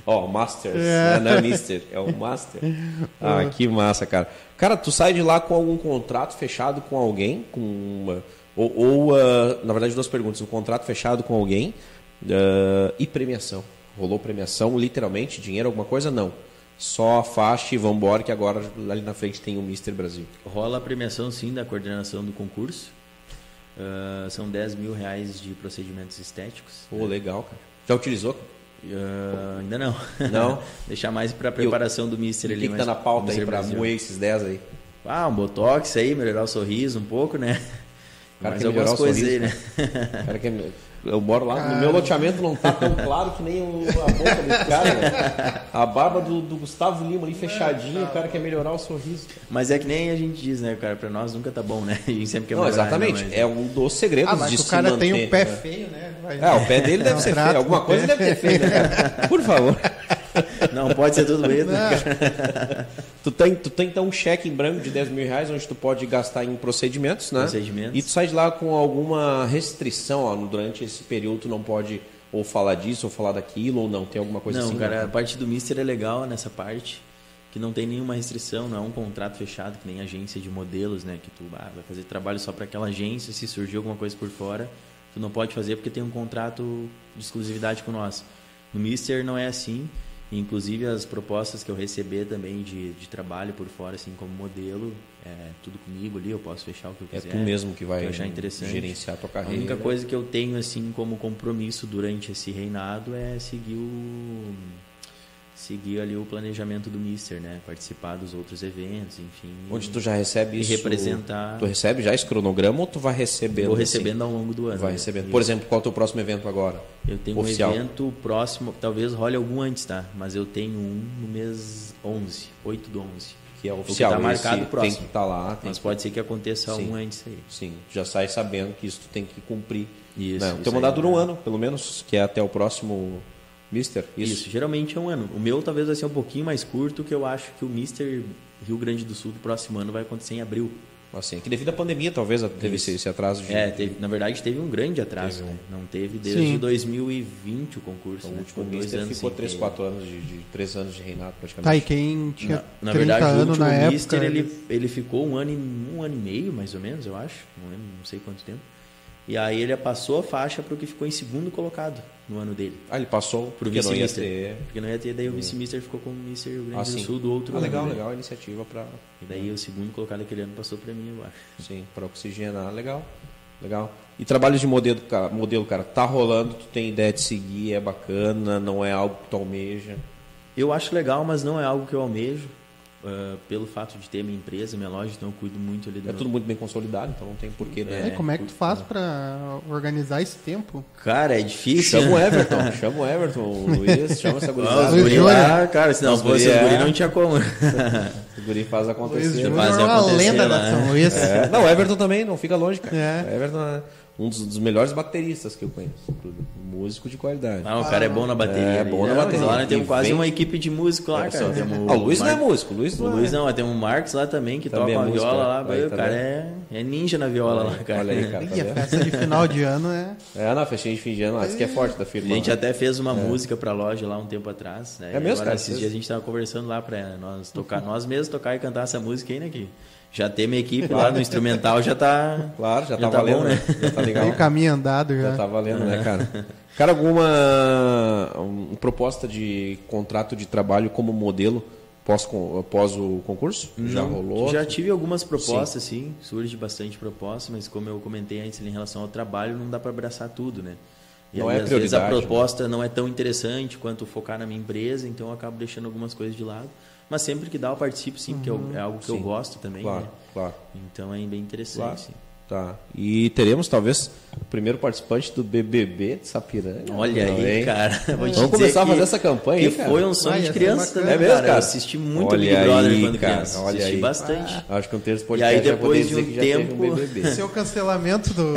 B: Ó, Masters,
A: É.
B: né, não é Mister, é o Master.
C: É.
B: Ah, que massa, cara. Cara, tu sai de lá com algum contrato fechado com alguém? Com uma- ou, ou, ah, na verdade, duas perguntas: um contrato fechado com alguém ah, e premiação. Rolou premiação, literalmente, dinheiro, alguma coisa? Não. Só a faixa e vambora, que agora ali na frente tem o Mister Brasil.
C: Rola a premiação, sim, da coordenação do concurso. Ah, são 10 mil reais de procedimentos estéticos.
B: Pô, legal, cara. Já utilizou?
C: Ah, ainda não.
B: Não?
C: Deixar mais para preparação do Mister
B: O
C: ali.
B: que, que tá
C: mas-
B: na pauta aí
C: Mr.
B: pra
C: Brasil.
B: moer esses 10 aí?
C: Ah, um botox aí, melhorar o sorriso um pouco, né?
B: Cara, tem
C: Mas
B: que melhorar
C: algumas
B: o
C: coisas aí,
B: sorriso,
C: né?
B: Cara, que é- eu moro lá, no meu loteamento não tá tão claro que nem o- a boca desse cara, né? A barba do, do Gustavo Lima ali fechadinha, o cara quer melhorar o sorriso.
C: Mas é que nem a gente diz, né, cara? Pra nós nunca tá bom, né? A gente sempre quer
B: não,
C: melhorar,
B: exatamente.
C: né? Mas-
B: É um dos segredos
A: Ah, mas
B: de
A: que o
B: se
A: cara tem
B: manter,
A: um pé
B: né?
A: feio, né? Vai-
B: É, o pé dele deve
A: Não,
B: ser
A: trato
B: feio. Alguma
A: do
B: coisa
A: pé.
B: deve ter feio, né, cara? Por favor.
C: Não, pode ser tudo bonito, né, cara?
B: Tu tem, tu tem então um cheque em branco de 10 mil reais, onde tu pode gastar em procedimentos, né?
C: Procedimentos.
B: E tu sai de lá com alguma restrição, ó, durante esse período tu não pode ou falar disso, ou falar daquilo, ou não, tem alguma coisa
C: não,
B: assim.
C: cara,
B: né?
C: a parte do Mister é legal nessa parte, que não tem nenhuma restrição, não é um contrato fechado, que nem agência de modelos, né? Que tu ah, vai fazer trabalho só para aquela agência, se surgir alguma coisa por fora, tu não pode fazer porque tem um contrato de exclusividade com nós. No Mister não é assim, e, inclusive as propostas que eu receber também de, de trabalho por fora, assim, como modelo, é tudo comigo ali, eu posso fechar o que eu
B: É
C: quiser.
B: tu mesmo que vai
C: eu achar Então é interessante.
B: gerenciar a tua
C: A
B: carreira.
C: única coisa que eu tenho assim como compromisso durante esse reinado é seguir o seguir ali o planejamento do Mister, né? Participar dos outros eventos, enfim.
B: Onde tu já recebe
C: e
B: isso.
C: representar.
B: Tu recebe já esse cronograma ou tu vai recebendo?
C: vou
B: assim?
C: recebendo ao longo do ano.
B: Vai
C: né?
B: recebendo.
C: E
B: Por exemplo, qual é o teu próximo evento agora?
C: eu tenho
B: oficial.
C: um evento próximo, talvez role algum antes, tá? Mas eu tenho um no mês 11, 8 do 11.
B: Que é
C: que
B: oficial.
C: tá marcado
B: esse
C: próximo.
B: Tem que estar lá. Tem
C: Mas
B: que-
C: pode ser que aconteça
B: Sim.
C: algum antes aí.
B: Sim, já sai sabendo que isso tu tem que cumprir.
C: Isso,
B: né?
C: isso
B: O teu
C: aí,
B: mandato dura um
C: né?
B: ano, pelo menos, que é até o próximo Mister.
C: Isso.
B: Isso.
C: geralmente é um ano. O meu talvez vai ser um pouquinho mais curto, que eu acho que o Mister Rio Grande do Sul do próximo ano vai acontecer em abril.
B: Assim, que devido à pandemia, talvez teve esse, esse atraso de.
C: É, teve- na verdade teve um grande atraso, né? Não teve desde 2020 o concurso,
B: Então, O
C: né?
B: último
C: Ficou dois
B: Mister
C: anos
B: ficou
C: sem
B: 3,
C: ter.
B: 4 anos de, de 3 anos de reinado praticamente.
A: Tá, e quem tinha
C: Na
A: 30
C: verdade, o
A: anos
C: último
A: na época. né?
C: Mister,
A: eles-
C: ele, ele ficou um ano, e, um ano e meio, mais ou menos, eu acho. Não lembro, não sei quanto tempo. E aí ele passou a faixa para o que ficou em segundo colocado no ano dele.
B: Ah, ele passou
C: Pro
B: porque não ia
C: vice-mister.
B: ter. Hum.
C: Porque não ia ter, daí o vice-mister ficou como Mister Rio Grande
B: Ah,
C: do
B: sim.
C: Sul do outro
B: Ah,
C: ano.
B: legal,
C: né?
B: legal a iniciativa para
C: E daí o segundo colocado daquele ano passou para mim, eu acho.
B: Sim, para oxigenar, legal. Legal. E trabalhos de modelo, cara, modelo, cara, tá rolando, tu tem ideia de seguir, é bacana, não é algo que tu almeja.
C: Eu acho legal, mas não é algo que eu almejo. ah, pelo fato de ter minha empresa, minha loja, então eu cuido muito ali do
B: É
C: meu
B: tudo muito bem consolidado, então não tem porquê,
A: Uhum. É,
B: né?
A: como é que tu faz pra organizar esse tempo?
C: Cara, é difícil.
B: Chama o Everton, chama o Everton, o Luiz, chama essa
C: Ah,
B: gurizada. tá?
C: os guri
A: Júnior.
C: lá, cara, se não
B: Os guri
C: fosse os
B: é.
C: guri não tinha como.
B: O guri faz
A: Luiz
B: acontecer.
A: Júnior
B: né?
A: é
C: fazer
A: uma
C: acontecer,
A: lenda da
C: né?
A: São Luís.
B: É, não, o Everton também, não fica longe, cara.
A: É.
B: O Everton é um dos, dos melhores bateristas que eu conheço. inclusive. Um Músico de qualidade.
C: Ah, o cara é bom na bateria.
B: É,
C: ali.
B: bom na
C: Não,
B: bateria.
C: Lá nós
B: E
C: temos quase
B: vem-
C: uma equipe de músico lá, cara. Temos
B: Ah, o Luiz não é
C: Mar-
B: músico, o Luiz não
C: O
B: é.
C: Luiz não, mas tem o Marcos lá também, que
B: Também é
C: toca uma
B: músico,
C: viola
B: né?
C: lá.
B: Aí
C: o cara é, é ninja na viola lá, é, cara.
B: Olha aí, cara. tá
A: E a
B: vendo?
A: festa de final de ano é.
B: É, na festinha de fim de ano, essa que é forte da firma.
C: A gente
B: né?
C: até fez uma música pra loja lá um tempo atrás. Né?
B: É mesmo,
C: Agora,
B: cara? Uhum.
C: Esses dias a gente tava conversando lá pra nós tocar, nós mesmos tocar e cantar essa música aí, né? Que já ter minha equipe lá no instrumental já tá.
B: Claro, já,
C: Já
B: tá,
C: tá
B: valendo,
C: bom,
B: né?
C: né?
B: Já tá legal.
A: Meio caminho andado já.
B: Já tá valendo,
C: É.
B: né, cara? Cara, alguma um, proposta de contrato de trabalho como modelo pós, con- pós o concurso? já
C: Não,
B: tá rolou?
C: Já tive algumas propostas, sim. Surge bastante proposta, mas como eu comentei antes em relação ao trabalho, não dá para abraçar tudo, né? E
B: Não
C: aí,
B: é
C: às vezes a
B: prioridade, né?
C: proposta não é tão interessante quanto focar na minha empresa, então eu acabo deixando algumas coisas de lado. Mas sempre que dá, eu participo, sim, porque eu- é algo que eu
B: Uhum. Sim.
C: gosto também.
B: Claro,
C: né?
B: claro.
C: Então é bem interessante.
B: Claro.
C: sim.
B: Tá. E teremos, talvez, o primeiro participante do BBB de Sapiranga.
C: Olha aí,
B: Também.
C: cara. Vou te
B: Vamos
C: dizer
B: começar a
C: que-
B: fazer essa campanha,
C: Que
B: hein, cara?
C: foi um sonho
A: Vai, ia ser
C: de criança
A: bacana.
C: também,
B: É mesmo,
C: Eu
B: cara?
C: assisti muito
B: Olha
C: Big Brother
B: aí,
C: quando
B: cara,
C: criança.
B: olha
C: assisti
B: aí.
C: bastante.
B: Acho que um terço
C: E aí,
B: podcast já
C: depois
B: podemos
C: de
B: dizer
C: um
B: que já teve
C: tempo-
B: um BBB.
A: Esse é o cancelamento do.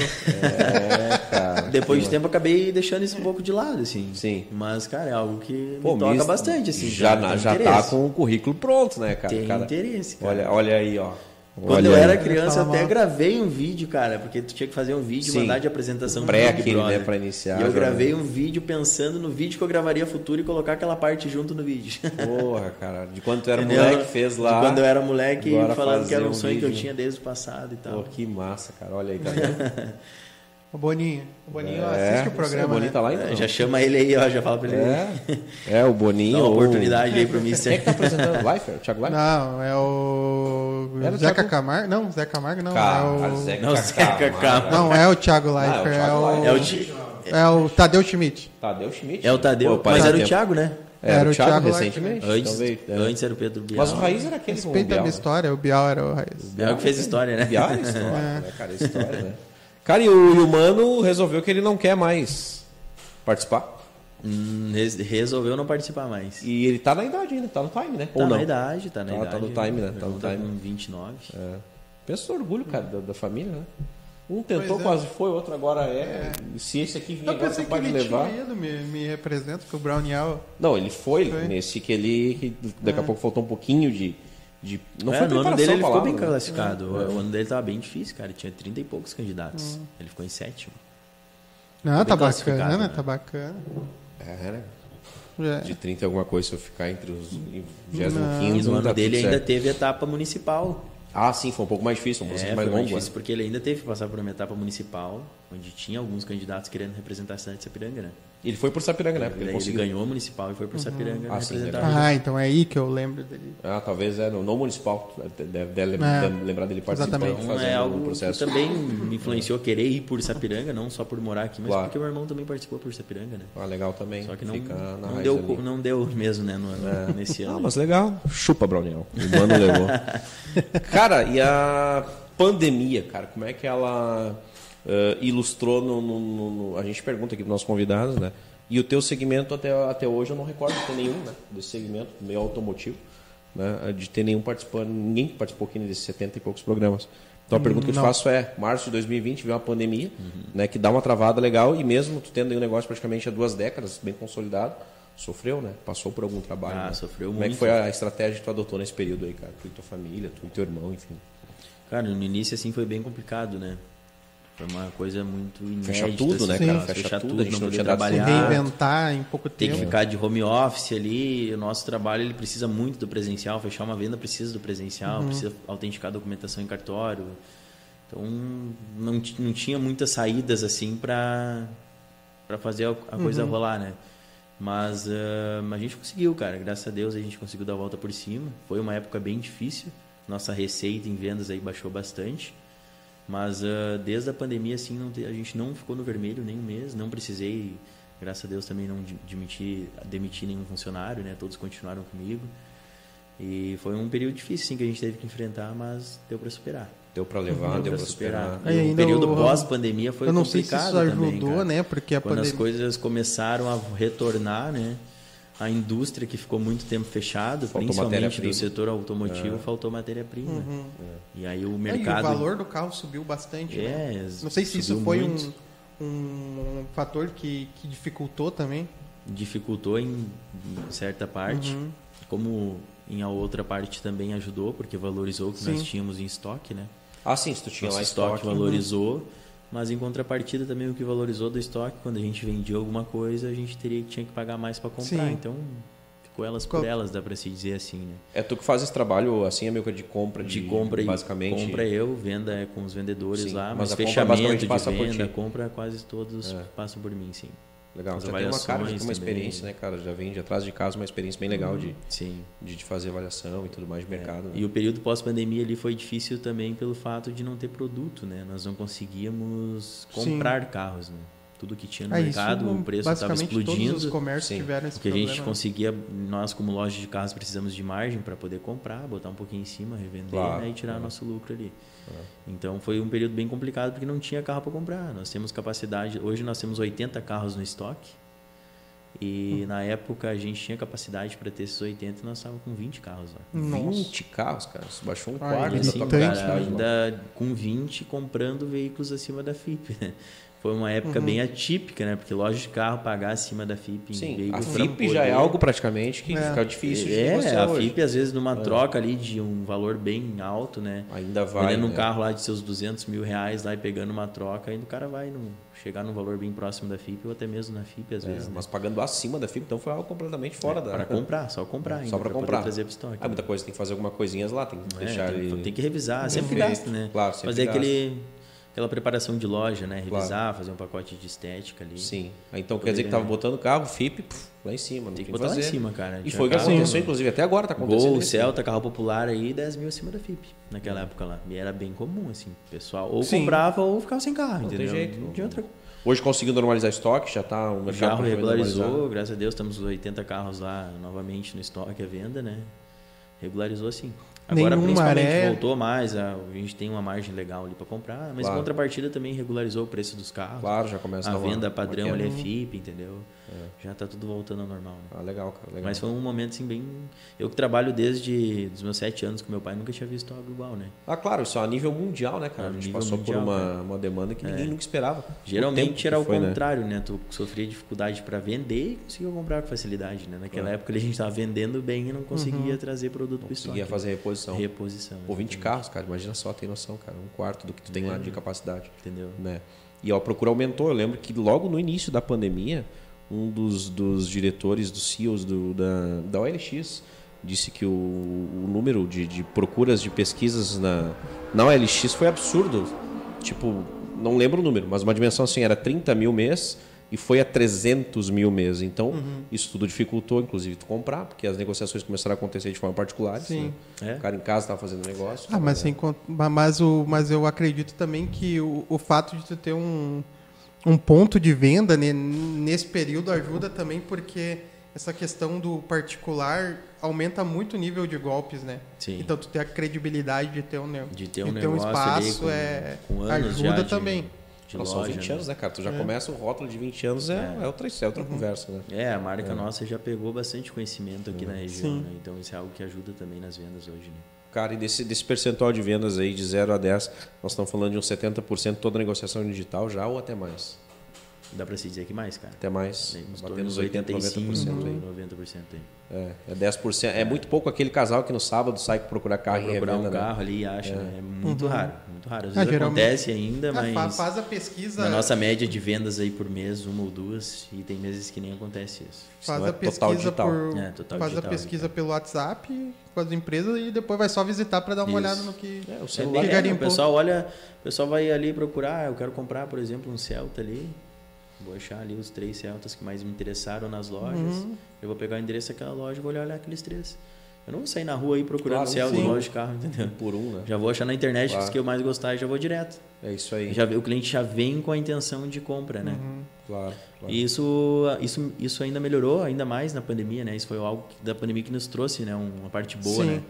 C: Depois de tempo eu acabei deixando isso um pouco de lado, assim.
B: Sim.
C: Mas, cara, é algo que
B: Pô,
C: me toca
B: Miss-
C: bastante, assim.
B: Já,
C: cara,
B: na-
C: tem
B: já tá
C: interesse.
B: com o currículo pronto, né, cara?
C: Tem
B: Cara,
C: interesse, cara.
B: Olha, olha aí, ó.
C: Quando
B: Olha
C: eu
B: aí.
C: era criança, eu
A: Fala
C: até
A: mal.
C: gravei um vídeo, cara, porque tu tinha que fazer um vídeo
B: Sim.
C: e mandar de apresentação
B: Pré
C: pro
B: aquele, né, pra iniciar,
C: E eu
B: já,
C: gravei um vídeo pensando no vídeo que eu gravaria futuro e colocar aquela parte junto no vídeo.
B: Porra, cara. De quando tu era
C: Entendeu?
B: moleque, fez lá.
C: De quando eu era moleque,
B: Agora
C: falando que
B: fazer
C: era um,
B: um
C: sonho que eu
B: vídeo.
C: tinha desde o passado e
B: Pô,
C: tal.
B: que massa, cara. Olha aí, tá vendo?
A: O Boninho. O Boninho
B: É,
A: assiste o programa.
B: O Boninho
A: né?
B: tá lá então.
C: É, já chama ele aí, ó, já fala pra ele.
B: É, é o Boninho.
C: Dá uma
B: ou-
C: oportunidade aí pro
B: Quem é
C: Mister.
B: que tá apresentando? Leifert? Thiago Leifert?
A: Não, é o.
B: Era o
A: Zeca
B: Thiago-
A: Camargo? Não, Zeca Camargo não. é
H: Cara,
A: o...
H: Zeca
C: Não, Zeca
H: Camargo.
C: Camargo.
A: Não, é o Thiago
H: Ah,
A: Leifert. é, o
H: Thiago
C: É o,
H: Leifert.
C: Ti-
A: é o Tadeu Schmidt.
B: Tadeu Schmidt.
C: é o Tadeu,
B: Pô, faz
C: mas era o
B: tempo.
C: Thiago, né?
B: Era, o Thiago,
A: Leifert.
B: recentemente.
C: Antes,
B: talvez. É.
C: antes era o Pedro Bial.
B: Mas o Raiz era aquele com o
A: Respeita a
B: Bial,
A: minha
B: né?
A: história, o Bial era o Raiz.
C: Bial que fez história, né?
B: Bial é história, né, cara? É história, né? Cara, e o, e o Mano resolveu que ele não quer mais participar.
C: Hum, res- resolveu não participar mais.
B: E ele tá na idade ainda, tá no time, né?
C: Tá na idade, tá na
B: Tá-
C: idade.
B: tá no time, né? Tá no
C: Irmão Tá
B: time.
C: com 29.
B: É. Pensa no orgulho, cara, da, da família, né? Um tentou, quase foi, outro agora é. Se esse aqui vinha
A: é. Eu
B: agora,
A: pensei que
B: capaz de
A: ele
B: levar.
A: tinha ido, me, me representa, porque o Brownial.
B: Não, ele foi,
A: Foi. É.
B: nesse que ele. que daqui a pouco faltou um pouquinho de. de... Não
C: É,
B: foi
C: no ano
B: preparação
C: dele ele
B: a
C: ficou
B: palavra,
C: bem
B: né?
C: classificado. O- O ano dele tava bem difícil, cara. Tinha 30 e poucos candidatos.
B: Hum.
C: Ele ficou em sétimo.
A: Não, tá
C: classificado,
A: bacana,
C: né?
A: tá bacana.
B: É, né?
A: É.
B: De 30 e alguma coisa, se eu ficar entre os 25
C: E no ano
B: tá
C: dele
B: tudo
C: ainda
B: certo.
C: teve etapa municipal.
B: Ah, sim, foi um pouco mais difícil, um pouco
C: É,
B: mais
C: foi mais
B: longo.
C: difícil, porque ele ainda teve que passar por uma etapa municipal, onde tinha alguns candidatos querendo representar a cidade de Sapiranga, né?
B: né? Ele foi por Sapiranga, né? Porque
C: Daí
B: ele
C: Ele,
B: conseguiu.
C: ganhou a municipal e foi pro Sapiranga
B: Ah, sim,
C: representar.
B: legal.
C: a
A: Ah, então é aí que eu lembro dele.
B: Ah, talvez é no, no municipal. Deve, deve- deve
A: É.
B: lembrar dele participando,
A: Exatamente.
C: Então
B: fazendo
C: é
B: o
C: algo
B: processo.
C: que também me influenciou a querer ir por Sapiranga, não só por morar aqui, mas
B: Claro.
C: porque meu irmão também participou por Sapiranga, né?
B: Ah, legal também.
C: Só que não,
B: Fica na
C: não
B: raiz
C: deu,
B: ali.
C: co- não deu mesmo, né, no ano, nesse ano.
B: Ah, mas legal. Chupa, Brownell. O mano levou. cara, e a pandemia, cara, como é que ela eh, ilustrou no, no- no- no- A gente pergunta aqui para nossos convidados, né? E o teu segmento até, até hoje eu não recordo de ter nenhum, né? Desse segmento, meio automotivo, né? De ter nenhum participante, ninguém que participou aqui nesses 70 e poucos programas. Então a pergunta que eu te faço é, março de 2020 veio uma pandemia,
C: Uhum.
B: né? Que dá uma travada legal e mesmo tu tendo aí um negócio praticamente há duas décadas, bem consolidado, sofreu, né? Passou por algum trabalho.
C: Ah,
B: né?
C: sofreu
B: Como é que
C: muito.
B: foi a estratégia que tu adotou nesse período aí, cara? Tu e tua família, tu e teu irmão, enfim.
C: Cara, no início assim foi bem complicado, né? Foi uma coisa muito inédita.
B: Fechar tudo, né,
C: assim,
B: cara?
C: Fechar,
B: Fechar tudo,
C: tudo,
B: a gente
C: não
B: não tinha
C: poder
B: dado
A: Se
B: Ah.
C: trabalhar,
A: reinventar em pouco
C: ter que
A: tempo.
C: ficar de home office ali. O nosso trabalho ele precisa muito do presencial. Fechar uma venda precisa do presencial,
A: Uhum.
C: precisa autenticar documentação em cartório. Então não, ti- não tinha muitas saídas assim para para fazer a a coisa
A: Uhum.
C: rolar, né? Mas ah, a gente conseguiu, cara. Graças a Deus a gente conseguiu dar a volta por cima. Foi uma época bem difícil. Nossa receita em vendas aí baixou bastante. Mas ah, desde a pandemia, assim, não te- a gente não ficou no vermelho nem um mês. Não precisei, graças a Deus, também não de- demitir, demitir nenhum funcionário, né? Todos continuaram comigo. E foi um período difícil, sim, que a gente teve que enfrentar, mas deu para superar.
B: Deu pra
C: Uhum,
B: levar, deu pra superar.
A: Aí
C: E o
A: ainda
C: período
A: o-
C: pós-pandemia foi
A: Eu não sei se
C: complicado
A: isso ajudou,
C: também, cara.
A: né? Porque a
C: Quando
A: pandemia.
C: as coisas começaram a retornar, né? A indústria que ficou muito tempo fechado,
B: Faltou
C: principalmente
B: matéria-prima. É.
C: do setor automotivo, faltou matéria-prima. E aí o
A: Ah, e
C: mercado...
A: Uhum. o valor do carro subiu bastante. né?
C: É,
A: Não sei se isso
C: subiu
A: foi um,
C: muito.
A: um fator que, que dificultou também.
C: dificultou em em certa parte,
A: Uhum.
C: como em a outra parte também ajudou, porque valorizou o que nós tínhamos em estoque, né?
B: Ah, sim, se tu tinha
C: Nosso
B: lá
C: estoque,
B: estoque. uhum.
C: valorizou, mas em contrapartida também o que valorizou do estoque, quando a gente vendia alguma coisa, a gente teria tinha que pagar mais para comprar,
A: Sim.
C: então ficou elas
A: Qual-
C: por elas, dá para se dizer assim, né?
B: É tu que faz esse trabalho, assim, é meio que de compra, de,
C: De compra e
B: basicamente.
C: compra eu, venda é com os vendedores
B: Sim,
C: lá,
B: mas
C: mas,
B: a compra é basicamente
C: fechamento
B: passa
C: de
B: por ti.
C: venda,
B: É.
C: compra é quase todos passam por mim, sim.
B: Legal,
C: As
B: então tem uma cara de ter uma
C: avaliações também.
B: experiência, né, cara? Já vem de atrás de casa uma experiência bem legal de,
C: Sim.
B: de, de fazer avaliação e tudo mais de mercado. né?
C: É. E o período pós-pandemia ali foi difícil também pelo fato de não ter produto, né? Nós não conseguíamos
A: Sim.
C: comprar carros, né? Tudo que tinha no
A: Ah, isso,
C: mercado, o preço estava
A: basicamente todos os
C: explodindo.
A: comércios
B: Sim.
A: tiveram esse
C: Porque a
A: problema.
C: gente conseguia, nós como loja de carros precisamos de margem para poder comprar, botar um pouquinho em cima, revender
B: Claro,
C: né, e tirar nosso lucro ali.
A: É.
C: Então foi um período bem complicado porque não tinha carro para comprar. Nós temos capacidade, hoje nós temos 80 carros no estoque e
A: Hum.
C: na época a gente tinha capacidade para ter esses 80 e nós estávamos com 20 carros lá.
A: Hum.
B: 20 carros, cara. Isso baixou um
A: Ah,
B: quarto
A: ele
B: da tua
C: Sim,
A: Bastante,
C: cara,
B: capacidade, mano.
C: ainda com 20 comprando veículos acima da FIP. né? Foi uma
B: Uhum.
C: época bem atípica, né? Porque loja de carro pagar acima da FIP em
B: Sim, a
C: veículos pra
B: FIP já é
C: poder-
B: algo praticamente que
A: É.
B: fica difícil de
C: É,
B: negociar
C: a
B: hoje. É.
C: FIP às vezes numa troca ali de um valor bem alto, né?
B: Ainda vai,
C: Vendendo um
B: né?
C: carro lá de seus 200 mil reais lá e pegando uma troca, ainda o cara vai num- chegar num valor bem próximo da FIP ou até mesmo na FIP às vezes,
B: É,
C: né?
B: Mas pagando acima da FIP, então foi algo completamente fora da...
C: Para comprar, só comprar ainda,
B: É, Só para
C: pra poder
B: comprar.
C: trazer pro estoque.
B: Ah, muita coisa, tem que fazer alguma coisinhas lá, tem que
C: É,
B: deixar
C: tem,
B: ele...
C: tem que revisar, sempre
B: feito,
C: gasta, né?
B: claro, sempre
C: Mas é
B: gasta.
C: aquele, pela preparação de loja, né? Revisar, fazer um pacote de estética ali.
B: Sim. Ah, Então quer dizer que tava botando carro, FIP, puf, lá em cima. Não
C: é. Tem
B: o
C: que botar lá em
B: fazer.
C: cima, cara.
B: E
C: Tinha
B: foi o que
C: carro-
B: aconteceu, inclusive, até agora tá acontecendo.
C: Gol,
B: isso.
C: Celta, carro popular aí, 10 mil acima da FIP naquela época lá. E era bem comum, assim, o pessoal. Ou
B: Sim.
C: comprava ou ficava sem carro,
B: Não tem
C: entendeu?
B: jeito.
C: Não tinha outra
B: Hoje conseguiu normalizar estoque, já tá o
C: O
B: mercado
C: carro
B: praticamente normalizado.
C: regularizou, graças a Deus, temos os 80 carros lá novamente no estoque à venda, né? Regularizou sim. Agora
A: Nenhuma
C: principalmente
A: maré.
C: voltou mais, a a gente tem uma margem legal ali para comprar, mas
B: Claro.
C: em contrapartida também regularizou o preço dos carros.
B: Claro, já começa a
C: a
B: dar uma-
C: venda
B: uma
C: padrão
B: queda.
C: ali é
A: Uhum.
C: FIP, entendeu? Já tá tudo voltando ao normal. né?
B: Ah, legal, cara. Legal.
C: Mas foi um momento assim bem. Eu que trabalho desde os meus 7 anos com meu pai, nunca tinha visto algo igual, né?
B: Ah, claro, isso é a nível mundial, né, cara?
C: A
B: A gente
C: É, nível
B: passou
C: mundial,
B: por uma,
C: cara. É.
B: uma demanda que ninguém nunca esperava. O tempo
C: Geralmente
B: que
C: era o
B: foi, né?
C: contrário, né? Tu sofria dificuldade para vender e conseguia comprar com facilidade, né? Naquela época a gente estava vendendo bem e não conseguia
A: Uhum.
C: trazer produto para
B: Conseguia
C: estoque.
B: fazer a reposição.
C: Reposição.
B: Pô, 20
C: exatamente, É.
B: carros, cara, imagina só, tem noção, cara. Um quarto do que tu tem lá de capacidade.
C: Entendeu?
B: né? E a procura aumentou. Eu lembro que logo no início da pandemia, um dos, dos diretores, dos CEOs do, da, da OLX, disse que o, o número de, de procuras de pesquisas na, na OLX foi absurdo. Tipo, não lembro o número, mas uma dimensão assim, era 30 mil mês e foi a 300 mil mês. Então, isso tudo dificultou, inclusive, tu comprar, porque as negociações começaram a acontecer de forma particular. Sim.
C: É.
B: O cara em casa estava fazendo negócio.
A: Ah, mas, sem, con- ma- mas, o, mas eu acredito também que o, o fato de tu ter um, um ponto de venda ne- nesse período ajuda também porque essa questão do particular aumenta muito o nível de golpes, né?
C: Sim.
A: Então tu ter a credibilidade de ter um, ne-
C: De ter um
A: de
C: negócio ali
A: espaço
C: com-
A: é,
C: com anos
A: ajuda
C: já de-
A: também.
C: De
B: Nossa,
C: loja,
B: são 20
C: né?
B: anos, né, cara? Tu já começa o rótulo de 20 anos, é, é outra, é outra conversa, né?
C: É, a marca nossa já pegou bastante conhecimento aqui na região, né? Então isso é algo que ajuda também nas vendas hoje, né?
B: Cara, e desse, desse percentual de vendas aí de 0 a 10, nós estamos falando de uns 70% toda negociação digital já ou até mais?
C: Dá para se dizer que mais, cara.
B: Até mais.
C: Tem uns torno
B: Batendo uns
C: de
B: 80, 90% aí.
C: 90% aí.
B: É, é 10%. É muito pouco aquele casal que no sábado sai procurar carro e
C: Procurar um
B: revenda, né?
C: carro ali e acha, né? É muito raro, muito raro. Às
A: Ah,
C: vezes
A: geralmente-
C: acontece ainda,
A: Ah,
C: mas...
A: fa- faz a pesquisa.
C: Na nossa média de vendas aí por mês, uma ou duas, e tem meses que nem acontece isso.
A: Faz
B: Senão
A: a
B: é total
A: pesquisa,
B: digital.
A: por,
C: É, total
A: faz a
C: digital,
A: pesquisa pelo WhatsApp com as empresas e depois vai só visitar para dar uma
C: Isso.
A: olhada no que.
B: É, o
C: É
B: celular.
C: bem,
A: Que
C: é,
A: garimpou.
C: o pessoal olha, o pessoal vai ali procurar, "Ah, eu quero comprar, por exemplo, um Celta ali. Vou achar ali os três Celtas que mais me interessaram nas lojas.
B: Uhum.
C: Eu vou pegar o endereço daquela loja e vou olhar lá aqueles três. Eu não vou sair na rua aí procurando
B: Claro,
C: Celta,
B: sim.
C: loja de carro, entendeu?
B: Por um, né?
C: Já vou achar na internet
B: Claro.
C: os que eu mais gostar e já vou direto.
B: É isso aí.
C: Já, o cliente já vem com a intenção de compra, né?
B: Claro, claro.
C: E isso, isso, isso ainda melhorou ainda mais na pandemia, né? Isso foi algo que- da pandemia que nos trouxe, né? Uma parte boa,
A: Sim.
C: né?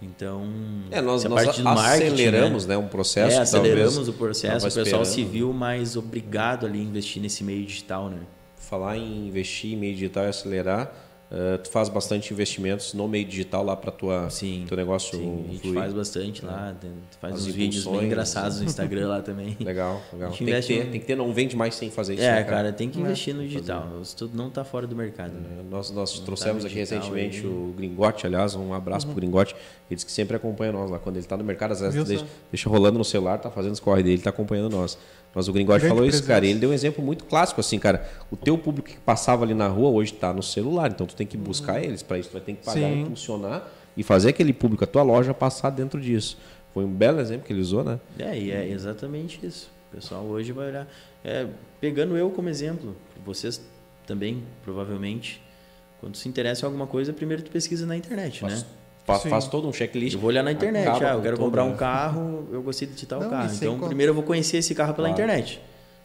C: Então,
B: É, nós,
C: essa
B: nós
C: parte do marketing,
B: aceleramos né? um
C: né?
B: processo
C: É,
B: que
C: aceleramos
B: talvez
C: o processo,
B: tava
C: o pessoal se
B: esperando.
C: viu mais obrigado ali a investir nesse meio digital, né?
B: falar em investir em meio digital e acelerar, eh, tu faz bastante investimentos no meio digital lá para tua
C: Sim,
B: teu negócio
C: Sim, a gente
B: fluir.
C: faz bastante lá, tem- faz
B: É. As
C: uns vídeos
B: impulsões, né?
C: bem engraçados no Instagram lá também.
B: Legal, legal.
C: A gente
B: Tem que,
C: investe
B: ter,
C: em-
B: tem que ter, não vende mais sem fazer isso. né,
C: É, cara, tem que investir no digital. Isso tudo não tá fora do mercado. né?
B: Eh, Nós,
A: tá
B: nós trouxemos aqui
C: digital
B: recentemente
A: né?
B: o Gringote, aliás, um abraço pro Gringote. Ele disse que sempre acompanha nós lá. Quando ele tá no mercado, às vezes
A: Uhum. Viu,
B: deixa,
A: só?
B: deixa rolando no celular, tá fazendo os corre dele, tá acompanhando nós. Mas o Gringote
A: Grande
B: falou isso,
A: presença.
B: cara. e Ele deu um exemplo muito clássico, assim, cara. O teu público que passava ali na rua hoje tá no celular, então tu tem que buscar eles. Para isso, tu vai ter que pagar
A: Uhum. Sim.
B: e impulsionar e fazer aquele público, a tua loja, passar dentro disso. Foi um belo exemplo que ele usou, né?
C: É, e é exatamente isso. O pessoal hoje vai olhar. É, pegando eu como exemplo, vocês também, provavelmente, quando se interessa em alguma coisa, primeiro tu pesquisa na internet,
B: Mas-
C: né?
B: Fa-
A: Sim.
B: Faz todo um checklist.
C: Eu vou olhar na internet,
B: Acaba
C: ah, eu
B: com
C: quero
B: tudo,
C: comprar um
B: né? é
C: carro, eu gostei de tal
A: Não, e
C: carro.
A: sem
C: Então,
A: conta.
C: primeiro eu vou conhecer esse carro pela
B: Claro.
C: internet.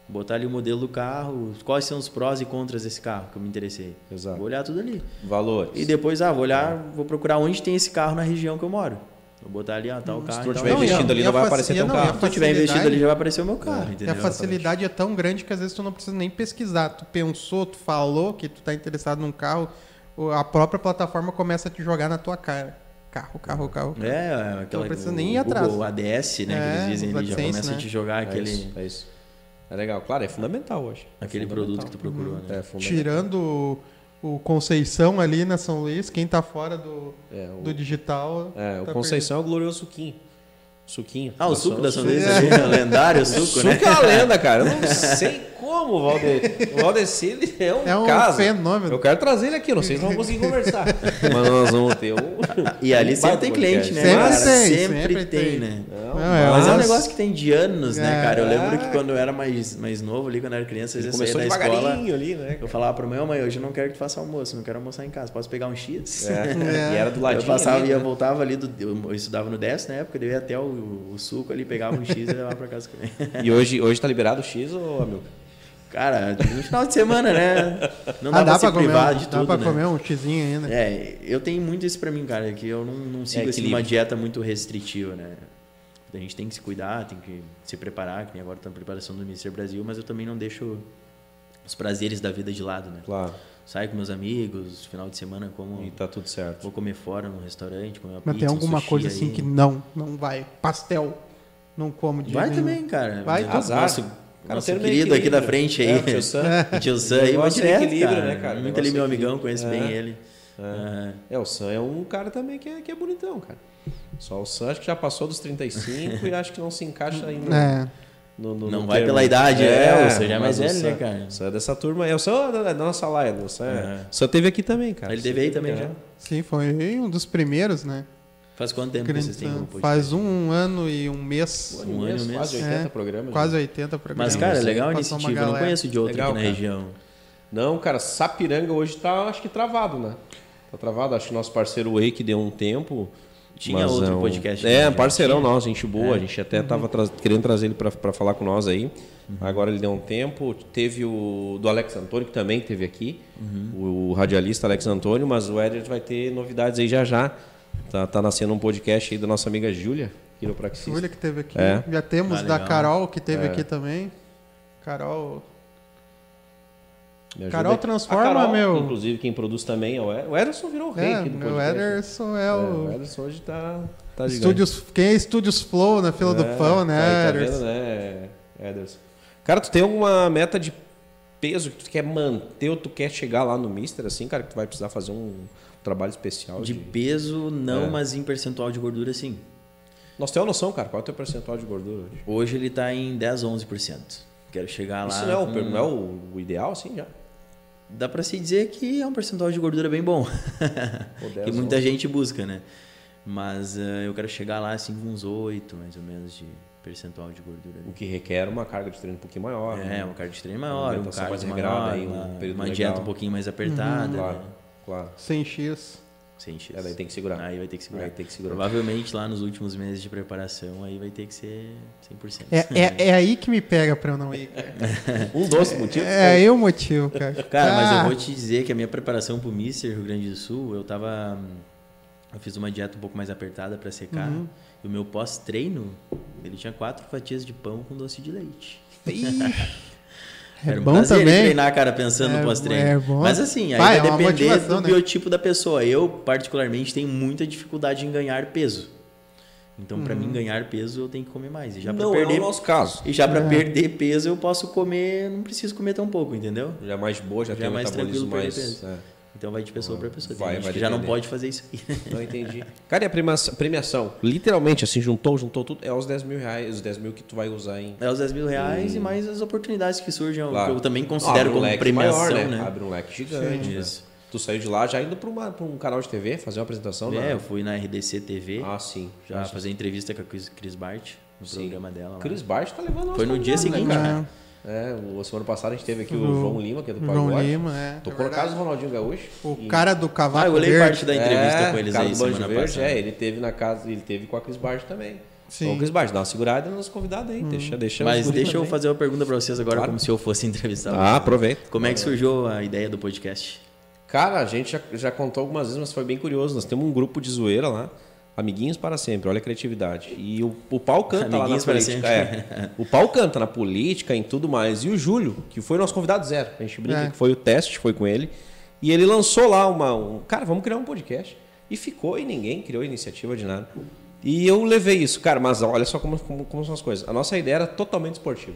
C: Botar ali o modelo do carro, quais são os prós e contras desse carro que eu me interessei.
B: Exato. É.
C: Vou olhar tudo ali.
B: Valores.
C: E depois, ah, vou olhar, vou procurar onde tem esse carro na região que eu moro. Vou botar ali, ah, tal carro.
B: Hum, tu não
C: e tal
B: tiver
C: carro.
B: investido
A: Então, e a-
B: ali,
A: e
B: não
A: a
B: vai
A: faci-
B: aparecer teu
A: não,
B: carro.
A: e a
C: Se tu tiver investido ali,
A: facilidade-
C: já vai aparecer o meu carro,
A: E
C: entendeu?
A: a facilidade é tão grande que às vezes tu não precisa nem pesquisar. Tu pensou, tu falou que tu tá interessado num carro, o- a própria plataforma começa a te jogar na tua cara. Carro, carro, carro.
C: É, aquela
A: Não precisa
C: o
A: nem ir atrás.
C: Google ADS, né,
A: É,
C: que eles dizem
A: os
C: ali, já
A: AdSense,
C: começa
A: né?
C: a te
B: É
C: jogar aquele,
B: isso, é isso. É legal. Claro, é fundamental hoje. É
C: aquele
B: fundamental.
C: produto que tu procurou, né?
B: É fundamental.
A: Tirando o, o Conceição ali na São Luís, quem tá fora do,
B: É, o-
A: do digital.
B: É, o
A: tá
B: Conceição é o glorioso suquinho. Suquinho.
C: Ah, o
B: Nós
C: suco da
B: somos-
C: São Luís, ali, né? lendário suco,
B: Suco
C: né?
B: é uma lenda, cara. Eu não sei como o Valdeci. O Valdeci ele é um,
A: É um
B: caso.
A: fenômeno.
B: Eu quero trazer ele aqui. eu Não sei se vamos conseguir conversar. Mas nós vamos ter um.
C: E ali
B: um baita
C: sempre tem cliente,
B: podcast.
C: né?
A: Sempre
C: cara?
A: tem,
C: sempre
A: sempre
C: tem,
A: tem.
C: né?
B: É
C: Não,
A: Não, é
C: mas é um
A: umas-
C: negócio que tem de anos, né,
A: É.
C: cara? Eu lembro que quando eu era mais, mais novo, ali, quando eu era criança, às
B: Ele
C: vezes eu
B: começou
C: saía da escola.
B: devagarinho ali, né?
C: Eu falava pra mãe, ô mãe, hoje eu não quero que tu faça almoço, não quero almoçar em casa, posso pegar um Cheetos?
B: É. E era do ladinho.
C: Eu passava
B: ali,
C: e eu
B: né?
C: voltava ali, do, eu, eu estudava no 10 na época, daí eu ia até o, o suco ali, pegava um X e levava pra casa comer.
B: E hoje, hoje tá liberado o X, ô amigo?
C: Cara, no final de semana, né? Não dá,
A: ah,
C: pra,
A: dá
C: se
A: pra comer,
C: privar
A: um-
C: de
A: dá
C: tudo,
A: pra
C: né?
A: comer um xizinho ainda.
C: É, eu tenho muito isso pra mim, cara, que eu não, não sigo assim,
B: É equilíbrio.
C: uma dieta muito restritiva, né? A gente tem que se cuidar, tem que se preparar, que nem agora tá na preparação do Mr. Brasil, mas eu também não deixo os prazeres da vida de lado, né?
B: Claro.
C: Saio com meus amigos, final de semana como
B: E tá tudo certo.
C: vou comer fora num restaurante, comer uma
A: Mas
C: pizza,
A: tem
C: um
A: alguma
C: sushi
A: coisa
C: aí.
A: assim que não, não vai. Pastel. Não como de
C: Vai
A: jeito nenhum.
C: também, cara.
A: Vai, então.
C: Azar. É Nosso,
B: Cara,
C: nosso
B: tem meio
C: querido aqui
B: equilíbrio.
C: da frente aí.
B: É, o tio Sam.
C: O tio Sam aí, vai
B: Negócio de
C: direto,
B: equilíbrio,
C: cara.
B: né, cara?
C: Muito
B: Negócio de
C: ali meu amigão,
B: equilíbrio.
C: conheço
B: É.
C: bem ele. Ah,
B: É, o Sam é um cara também que é, que é bonitão, cara. Só o Sam acho que já passou dos 35 e acho que não se encaixa ainda.
A: É.
B: no- no-
C: Não
B: no
C: vai pela idade, é, o Sam já é
B: mas
C: mais velho,
B: o Sam-
C: né, cara?
B: O Sam é dessa turma. É, o Sam é da, da nossa laia. O Sam, é.
C: É.
B: o Sam teve aqui também, cara.
C: Ele
B: O
C: teve
B: Sam
C: aí também
B: é.
C: já.
A: Sim, foi um dos primeiros, né?
C: Faz quanto tempo que vocês têm grupo? de
A: Faz um ano e um mês.
C: Um ano mesmo.
B: Quase 80
A: É,
B: programas.
A: Quase
B: já.
A: 80 programas.
C: Mas, cara, é legal a
A: Passou uma
C: iniciativa. Eu não
A: galera.
C: conheço de outro
B: Legal,
C: aqui na
B: cara.
C: região.
B: Não, cara, Sapiranga hoje tá, acho que travado, né? Tá travado. Acho que nosso parceiro Wake deu um tempo.
C: Tinha
B: mas
C: outro
B: é um-
C: podcast
B: É,
C: também,
B: parceirão nosso, gente
C: É.
B: boa. A gente até tava tra- querendo trazer ele pra- pra falar com nós aí.
C: Uhum.
B: Agora ele deu um tempo. Teve o do Alex Antônio, que também teve aqui.
C: Uhum.
B: O, radialista Alex Antônio. Mas o Edward vai ter novidades aí já já. Tá, tá nascendo um podcast aí da nossa amiga Júlia, quiropraxista.
A: Júlia que teve aqui.
B: É.
A: Já temos
C: Ah,
A: da
C: legal. É.
A: Carol, que teve aqui também. Carol.
B: Me ajuda
A: Carol
B: aí.
A: transforma,
B: A Carol,
A: meu.
B: Inclusive, quem produz também é o Ederson. O Ederson virou o rei
A: É,
B: aqui do
A: o
B: podcast.
A: Ederson é
B: É, o
A: o.
B: Ederson hoje tá, tá gigante.
A: Estúdios, quem é Estúdios Flow na fila
C: É,
A: do pão, né,
B: Tá, aí, tá
A: Ederson?
B: vendo, né, Ederson? Cara, tu tem alguma meta de peso que tu quer manter ou tu quer chegar lá no Mister, assim, cara, que tu vai precisar fazer um trabalho especial?
C: De
B: De...
C: peso, não,
B: É.
C: mas em percentual de gordura, assim. sim.
B: Nós temos noção, cara, qual é o teu percentual de gordura hoje?
C: Hoje ele tá em 10, 11%. Quero chegar Tá lá.
B: Isso não é, o,
C: com-
B: não é o, o ideal, assim, já?
C: Dá pra se dizer que é um percentual de gordura bem bom.
B: Ou
C: que
B: 10,
C: muita
B: 11?
C: gente busca, né? Mas eh, eu quero chegar lá assim com uns 8, mais ou menos, de percentual de gordura.
B: O que requer uma carga de treino um pouquinho maior.
C: É,
B: né?
C: um cardio de treino maior, um
B: alimentação
C: cardio
B: mais
C: mais
B: regrada
C: maior,
B: aí, um
C: uma,
B: período
C: uma
B: legal.
C: dieta um pouquinho mais
A: Uhum.
C: apertada,
B: Claro,
C: né?
B: claro.
A: 100x.
C: Sem X.
B: É, daí tem que segurar.
C: Aí né? vai ter que segurar.
B: Aí tem que segurar.
C: Provavelmente lá nos últimos meses de preparação, aí vai ter que ser 100%.
A: É, é, é aí que me pega pra eu não ir. cara.
B: Um doce motivo?
A: É aí o motivo, cara.
C: Tipo, Cara, mas eu
A: Ah,
C: vou te dizer que a minha preparação pro Mister Rio Grande do Sul, eu tava. hum, Eu fiz uma dieta um pouco mais apertada pra secar.
A: Uhum.
C: E o meu pós-treino, ele tinha quatro fatias de pão com doce de leite.
A: ih, É
C: Era um
A: bom
C: prazer
A: também.
C: treinar, cara, pensando
A: É,
C: no pós-treino.
A: é bom.
C: Mas assim, aí
A: Vai, é
C: vai
A: uma
C: depender
A: motivação,
C: do
A: né?
C: biotipo da pessoa. Eu, particularmente, tenho muita dificuldade em ganhar peso. Então, pra
A: Uhum.
C: mim, ganhar peso, eu tenho que comer mais. E já pra
B: Não é
C: perder,
B: o nosso caso.
C: e já pra perder peso, eu posso comer... Não preciso comer tão pouco, entendeu?
B: Já é mais boa, já,
C: Já é
B: tem
C: mais
B: metabolismo
C: tranquilo pra
B: mais...
C: ele
B: é.
C: Então, vai de pessoa pra pessoa. Tem
B: Vai,
C: gente
B: vai
C: que já não
B: depender.
C: pode fazer isso aí.
B: Não entendi. Cara, e a premiação, premiação, literalmente, assim, juntou, juntou tudo, é os 10 mil reais, os 10 mil que tu vai usar em...
C: É os 10 mil reais e mais as oportunidades que surgem,
B: Claro.
C: que eu também
B: Abre
C: considero
B: um
C: como
B: leque
C: premiação,
B: maior,
C: né?
B: Abre um leque gigante,
C: Sim.
B: né?
C: Isso.
B: Tu saiu de lá já indo pra, uma, pra um canal de TV, fazer uma apresentação,
C: É,
B: né?
C: eu fui na RDC TV,
B: Ah, sim.
C: já
B: Ah, sim.
C: fazer entrevista com a Chris, Chris Bart, no
B: Sim.
C: programa dela. lá.
B: Cris Bart tá levando nós
C: Foi no
B: pra
C: dia
B: lá, né,
C: seguinte,
B: cara?
C: né?
B: É, o semana passada a gente teve aqui o,
A: O
B: João Lima, que é do
A: João
B: Pagode.
A: Lima, é,
B: Tô
A: é
B: colocado
A: verdade.
B: o Ronaldinho Gaúcho.
A: O
B: E-
A: cara do
C: Ah, eu
A: cavaco
C: olhei parte
A: verde.
C: da entrevista
B: É,
C: com eles
B: cara
C: aí
B: do Banjo
C: semana
B: Verde,
C: passada.
B: É, ele teve na casa, ele teve com a Cris Bart também.
A: Sim. Hum.
B: Então, Cris Bart, dá uma segurada nos convidado aí, deixa, deixa os
C: Mas
B: guris
C: deixa eu
B: também.
C: fazer uma pergunta pra vocês agora,
B: Claro.
C: como se eu fosse entrevistar.
B: Ah,
C: vocês.
B: aproveita.
C: Como é que surgiu a ideia do podcast?
B: Cara, a gente já, já contou algumas vezes, mas foi bem curioso. Nós temos um grupo de zoeira lá, Amiguinhos para Sempre, olha a criatividade. E o, o pau canta
C: Amiguinhos
B: lá
C: para
B: na política.
C: Sempre.
B: é. o pau canta na política, em tudo mais. E o Júlio, que foi nosso convidado zero, a gente brinca
A: É.
B: que foi o teste, foi com ele. E ele lançou lá uma. um- cara, vamos criar um podcast. E ficou e ninguém criou iniciativa de nada. E eu levei isso, cara, mas olha só como, como, como são as coisas. A nossa ideia era totalmente esportiva.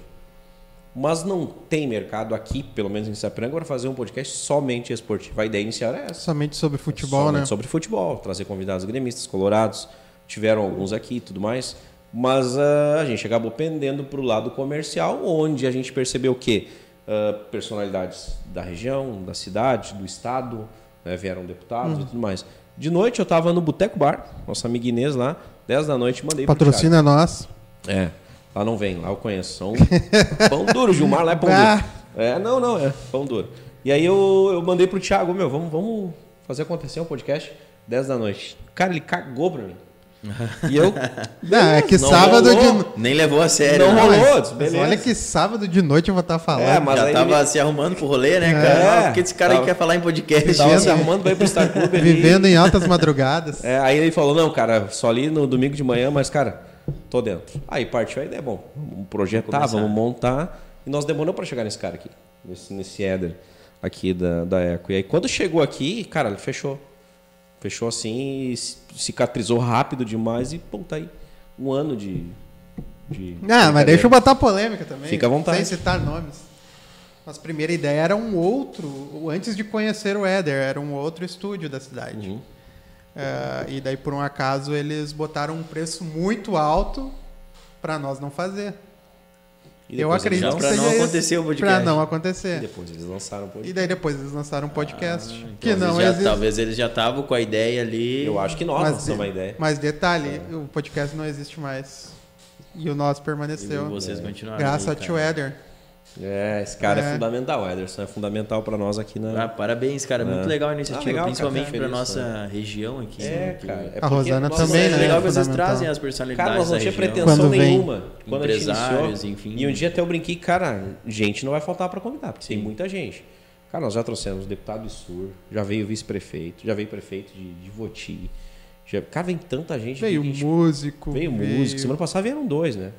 B: Mas não tem mercado aqui, pelo menos em Sapiranga, para fazer um podcast somente esportivo. A ideia inicial era essa.
A: Somente sobre futebol,
B: somente
A: né?
B: Sobre futebol, trazer convidados gremistas, colorados. Tiveram alguns aqui e tudo mais. Mas ah, a gente acabou pendendo para o lado comercial, onde a gente percebeu que ah, personalidades da região, da cidade, do
A: Hum.
B: estado, né, vieram deputados e tudo mais. De noite eu estava no Boteco Bar, nossa amiga Inês lá, 10 da noite, mandei pro
A: Patrocina nós.
B: Thiago. É. Lá não vem, lá eu conheço. São pão duro, Gilmar lá é pão
A: Ah.
B: duro. É, não, não, é pão duro. E aí eu, eu mandei pro Thiago, meu, vamos, vamos fazer acontecer um podcast 10 da noite. Cara, ele cagou pra mim. E eu.
A: Não, é que
B: não
A: sábado de
B: rolou.
A: no-
C: Nem levou a sério.
B: Não
C: né?
B: rolou,
A: Mas-
B: outros,
A: mas
B: beleza.
A: olha que sábado de noite eu vou estar falando.
B: É, mas
C: Já
B: aí
C: tava se arrumando pro rolê, né, cara?
B: É,
C: Ah, porque esse cara
B: tava-
C: aí quer falar em podcast.
B: Tava se
A: Vivendo-
B: arrumando pra ir pro Star Club ali.
A: Vivendo em altas madrugadas.
B: É, aí ele falou, não, cara, só ali no domingo de manhã, mas, cara, tô dentro. Aí partiu a ideia, bom, vamos projetar,
C: Vamos começar.
B: vamos montar. E nós demoramos pra chegar nesse cara aqui, nesse, nesse Éder aqui da, da Eco. E aí quando chegou aqui, cara, ele fechou. Fechou assim, e c- cicatrizou rápido demais e, pô, tá aí. Um ano de... de
A: Ah, mas deixa eu botar polêmica também.
B: Fica à vontade.
A: Sem citar nomes. Nossa primeira ideia era um outro, antes de conhecer o Éder, era um outro estúdio da cidade.
B: Uhum.
A: Eh, e daí, por um acaso, eles botaram um preço muito alto para nós não fazer.
B: E
A: Eu
B: depois eles
A: acredito que
C: lançaram-
A: seja
C: Pra não
A: isso.
C: acontecer o podcast.
A: Pra não
B: E
A: acontecer.
B: depois eles lançaram o podcast.
A: E daí depois eles lançaram um podcast.
C: Então,
A: que
C: às vezes
A: não
C: já-
A: existe.
C: Talvez eles já estavam com a ideia ali.
B: Eu acho que nós
A: mas,
B: lançamos a ideia.
A: mas detalhe,
C: É.
A: o podcast não existe mais. E o nosso permaneceu.
C: E vocês continuaram.
A: graças
C: aí,
A: a
C: cara.
A: Tio Éder.
B: É, esse cara é,
A: É.
B: fundamental, o Ederson é fundamental pra nós aqui na...
C: Ah, parabéns, cara. Muito
B: né? É.
C: legal a iniciativa,
B: Ah, legal,
C: principalmente
B: cara, fico
C: pra
B: feliz,
C: nossa região aqui. né, que-
B: É
A: A
B: porque
A: Rosana
B: nós-
A: também,
C: é
A: né?
C: legal que vocês
A: fundamental.
C: trazem as personalidades
B: Cara, nós não
C: da
B: tinha
C: região.
B: pretensão
A: Quando vem
B: nenhuma. Quando a gente
C: Empresários,
B: iniciou,
C: enfim.
B: E um dia até eu brinquei, cara, gente não vai faltar para convidar, porque tem muita gente. Cara, nós já trouxemos deputado do Sur, já veio vice-prefeito, já veio prefeito de, de Voti. Já, cara, vem tanta gente.
A: Veio
B: gente,
A: músico.
B: veio música. Semana passada vieram dois, né?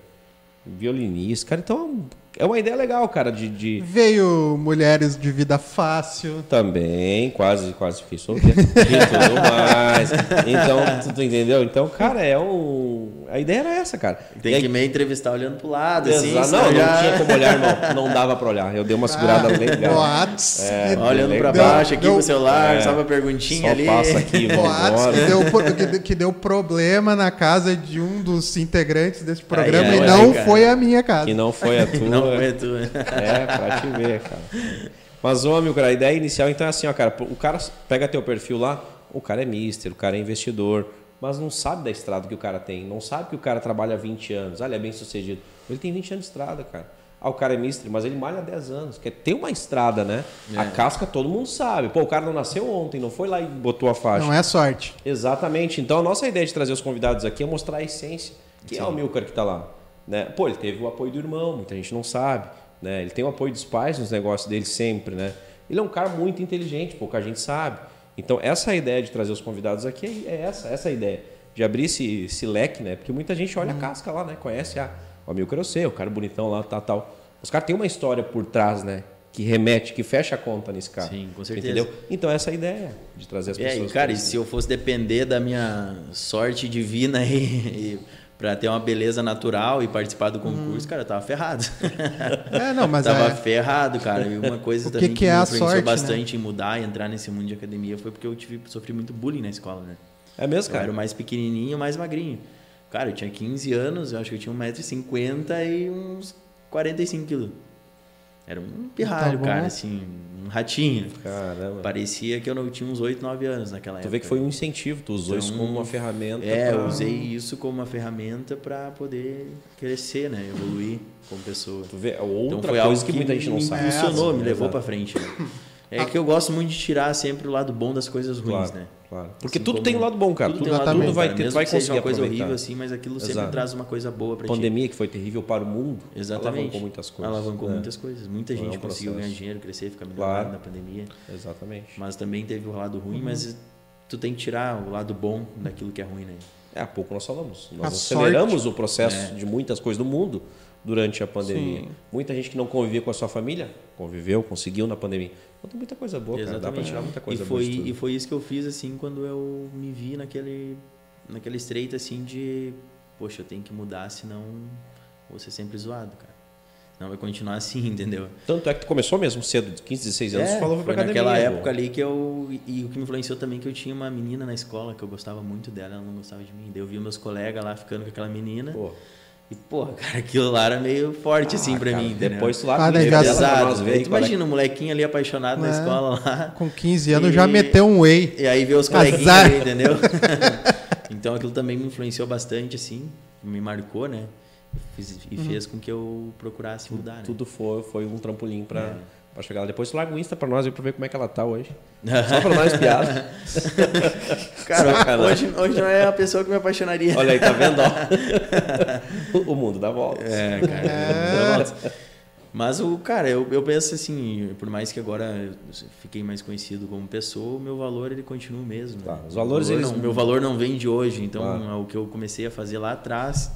B: Violinista. Cara, então é um- é uma ideia legal, cara, de. de-
A: Veio mulheres de vida fácil.
B: Também, quase, quase fiquei solteiro. e tudo mais. Então, tu, tu entendeu? Então, cara, é um. A ideia era essa, cara. E
C: Tem
B: aí-
C: que meio entrevistar olhando pro lado, assim.
B: Exato.
C: senão
B: não,
C: já-
B: não tinha como olhar, não. Não dava pra olhar. Eu dei uma segurada legal.
A: Ah, Boatos.
B: É,
A: que-
C: Olhando pra
B: Deu-
C: baixo aqui
A: deu-
C: pro celular,
B: É.
C: só uma
B: Só
C: perguntinha ali.
B: passa aqui,
A: Boatos
B: vambora.
C: né?
A: que deu, pro- que, que deu problema na casa de um dos integrantes desse programa
C: Ai, ai,
A: e
C: ai,
A: não
C: cara.
A: foi a minha casa.
B: Que não foi a tua.
C: Não foi tu. né?
B: É, pra te ver, cara. Mas, ô, meu cara, a ideia inicial então é assim, ó, cara. O cara pega teu perfil lá, o cara é mister, o cara é investidor, mas não sabe da estrada que o cara tem, não sabe que o cara trabalha 20 anos, ah, ele é bem sucedido. Ele tem 20 anos de estrada, cara. Ah, o cara é mister, mas ele malha há 10 anos. Quer ter uma estrada, né? A casca todo mundo sabe. Pô, o cara não nasceu ontem, não foi lá e botou a faixa.
A: Não é sorte.
B: Exatamente. Então a nossa ideia de trazer os convidados aqui é mostrar a essência, que é o Milcar que está lá. Né? Pô, ele teve o apoio do irmão, muita gente não sabe. Né? Ele tem o apoio dos pais nos negócios dele sempre. Né? Ele é um cara muito inteligente, pouca gente sabe. Então essa é a ideia de trazer os convidados aqui é essa, essa é a ideia. De abrir esse, esse leque, né? Porque muita gente
C: Uhum.
B: olha a casca lá, né? Conhece a o Milcar eu sei, o cara bonitão lá, tal, tal. Os caras têm uma história por trás, né? Que remete, que fecha a conta nesse cara.
C: Sim, com certeza.
B: Entendeu? Então essa é a ideia de trazer as
C: É,
B: pessoas.
C: e cara,
B: pra
C: e se eu fosse depender da minha sorte divina aí e pra ter uma beleza natural e participar do concurso, cara, eu tava ferrado.
A: É, não, Hum. mas
C: tava
A: é.
C: ferrado, cara. E uma coisa
A: O que
C: também
A: que é
C: me
A: a
C: influenciou
A: sorte, né?
C: bastante em mudar e entrar nesse mundo de academia foi porque eu tive, sofri muito bullying na escola, né?
B: É mesmo,
C: Eu era
B: cara?
C: o mais pequenininho, o mais magrinho. Cara, eu tinha 15 anos, eu acho que eu tinha 1,50m e uns 45kg. Era um pirralho,
A: Então, tá bom.
C: cara, assim, um ratinho.
B: Caramba.
C: Parecia que eu não tinha uns 8, 9 anos naquela
B: Tu
C: época.
B: vê que foi um incentivo, tu usou isso
C: Então,
B: como uma ferramenta.
C: É,
B: pra-
C: eu usei isso como uma ferramenta pra poder crescer, né? Evoluir como pessoa.
B: Tu vê, é outra
C: Então foi algo
B: coisa que muita gente não
C: me
B: sabe. É,
C: impulsionou, me levou
B: Exato.
C: pra frente. né? É que eu gosto muito de tirar sempre o lado bom das coisas ruins,
B: Claro,
C: né?
B: claro. Porque
C: Assim
B: tudo
C: como-
B: tem um lado bom, cara. Tudo,
C: tem um lado
B: tudo
C: bom,
B: vai
C: cara.
B: ter, tu
C: Mesmo
B: vai
C: que seja
B: conseguir
C: uma coisa
B: aproveitar.
C: horrível assim, mas aquilo sempre
B: Exato.
C: traz uma coisa boa pra
B: A
C: ti.
B: pandemia que foi terrível para o mundo,
C: Exatamente.
B: alavancou muitas coisas.
C: Alavancou
B: né?
C: muitas coisas. Muita
B: Foi
C: gente
B: um
C: conseguiu
B: processo.
C: ganhar dinheiro, crescer, ficar
B: Claro. Uhum.
C: milionário na pandemia.
B: Exatamente.
C: Mas também teve o lado ruim, mas tu tem que tirar o lado bom daquilo que é ruim, né?
B: É, há pouco nós falamos. Nós
A: A
B: aceleramos o
C: É.
B: processo de muitas coisas do mundo durante a pandemia. Muita gente que não convivia com a sua família, conviveu, conseguiu na pandemia. Então tem muita coisa boa, cara. Dá pra tirar muita coisa
C: e
B: boa
C: foi,
B: de tudo.
C: e foi isso que eu fiz, assim, quando eu me vi naquele, naquele estreito, assim, de... Poxa, eu tenho que mudar, senão vou ser sempre zoado, cara. Não vai continuar assim, entendeu?
B: Tanto é que tu começou mesmo cedo, de 15, 16 anos, tu é, falou
C: É, foi
B: pra academia.
C: naquela
B: pô.
C: época ali que eu... E o que me influenciou também é que eu tinha uma menina na escola que eu gostava muito dela, ela não gostava de mim. Daí eu vi meus colegas lá ficando com aquela menina.
B: Pô. Ah,
C: E, porra, cara, aquilo lá era meio forte, assim, pra mim, entendeu?
B: Depois tu larga
A: Ah,
B: o
A: né,
B: dinheiro
A: já-
B: dela pra nós
C: Exato.
B: ver
C: Aí Tu
B: qual é que-
C: imagina um molequinho ali apaixonado na
A: É.
C: escola lá.
A: Com 15 anos já
C: E-
A: meteu um whey.
C: E aí ver os coleguinhas
A: Azar.
C: ali, entendeu? Então aquilo também me influenciou bastante, assim, me marcou, né? Fiz- e fez com que eu procurasse mudar, né?
B: Tudo foi, foi um trampolim pra,
C: É.
B: pra chegar lá. Depois tu larga o Insta pra nós aí pra ver como é que ela tá hoje. Só pra nós piada.
C: Cara,
B: Sacanagem.
C: hoje, hoje não é a pessoa que me apaixonaria.
B: Olha aí, tá vendo? ó? o mundo dá volta.
C: É, cara. dá volta. Mas o cara, eu, eu penso assim, por mais que agora eu fiquei mais conhecido como pessoa, o meu valor ele continua o mesmo. né?
B: Tá, os valores,
C: O valor
B: eles-
C: não- meu valor não vem de hoje, então
B: Claro.
C: é o que eu comecei a fazer lá atrás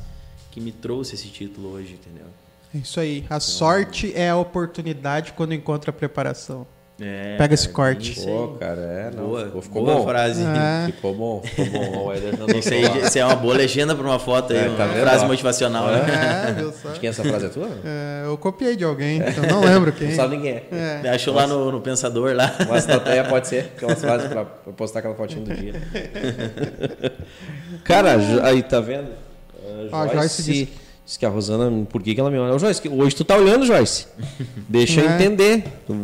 C: que me trouxe esse título hoje, entendeu?
A: É isso aí. A sorte é a oportunidade quando encontra a preparação.
C: É,
A: Pega esse
C: cara,
A: corte.
C: isso aí.
B: Pô, cara, é, não,
C: boa,
B: ficou, ficou
C: boa
B: bom.
C: frase.
A: Ah.
B: Ficou bom, ficou bom. Ó, o Eder não
C: Isso aí, isso aí é uma boa legenda pra uma foto aí,
B: É,
C: uma
B: tá vendo,
C: frase
B: ó?
C: motivacional, né?
A: É, viu só?
B: De quem essa frase é tua? Não
A: É, eu copiei de alguém, então não lembro quem.
B: sabe ninguém é.
A: É.
C: Achou lá no, no Pensador lá.
B: Uma estratégia pode ser, aquelas frases pra, pra postar aquela fotinha do dia. Cara, Jo- aí tá vendo?
A: Ó,
B: A
A: a Ah,
B: Joyce
A: Joyce
B: disse... que a Rosana, por que, que ela me olha? Ô, Joyce, que- hoje tu tá olhando, Joyce. Deixa eu
A: É.
B: entender. Tu-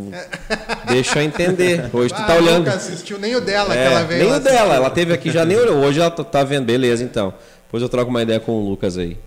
B: Deixa eu entender. Hoje tu tá
A: Ah,
B: olhando.
A: É. Nunca assistiu nem o dela que
B: É,
A: ela veio.
B: nem
A: lá
B: o dela, ela teve aqui já nem olhou. Hoje ela tá- tá vendo, beleza então. Depois eu troco uma ideia com o Lucas aí.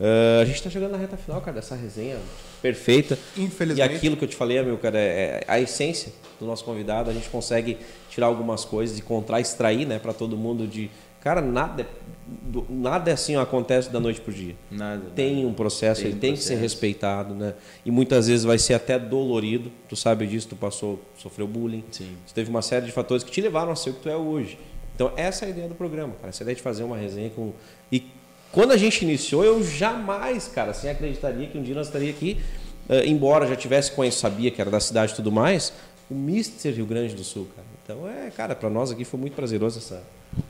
B: Ah, a gente tá chegando na reta final, cara, dessa resenha perfeita.
A: Infelizmente.
B: E aquilo que eu te falei, meu cara, é a essência do nosso convidado. A gente consegue tirar algumas coisas e contra extrair, né, para todo mundo de. Cara, nada, é- do- nada é assim ó, acontece da noite pro dia.
C: Nada.
B: Tem um processo,
C: né? Tem
B: ele
C: um
B: tem que ser respeitado, né? E muitas vezes vai ser até dolorido. Tu sabe disso, tu passou, sofreu bullying.
C: Sim.
B: Tu teve uma série de fatores que te levaram a ser o que tu é hoje. Então, essa é a ideia do programa, cara. Essa é a ideia de fazer uma resenha com. E quando a gente iniciou, eu jamais, cara, assim, acreditaria que um dia nós estaria aqui, eh, embora já tivesse conhecido, sabia que era da cidade e tudo mais, o Mister Rio Grande do Sul, cara. Então, é, cara, pra nós aqui foi muito prazeroso essa.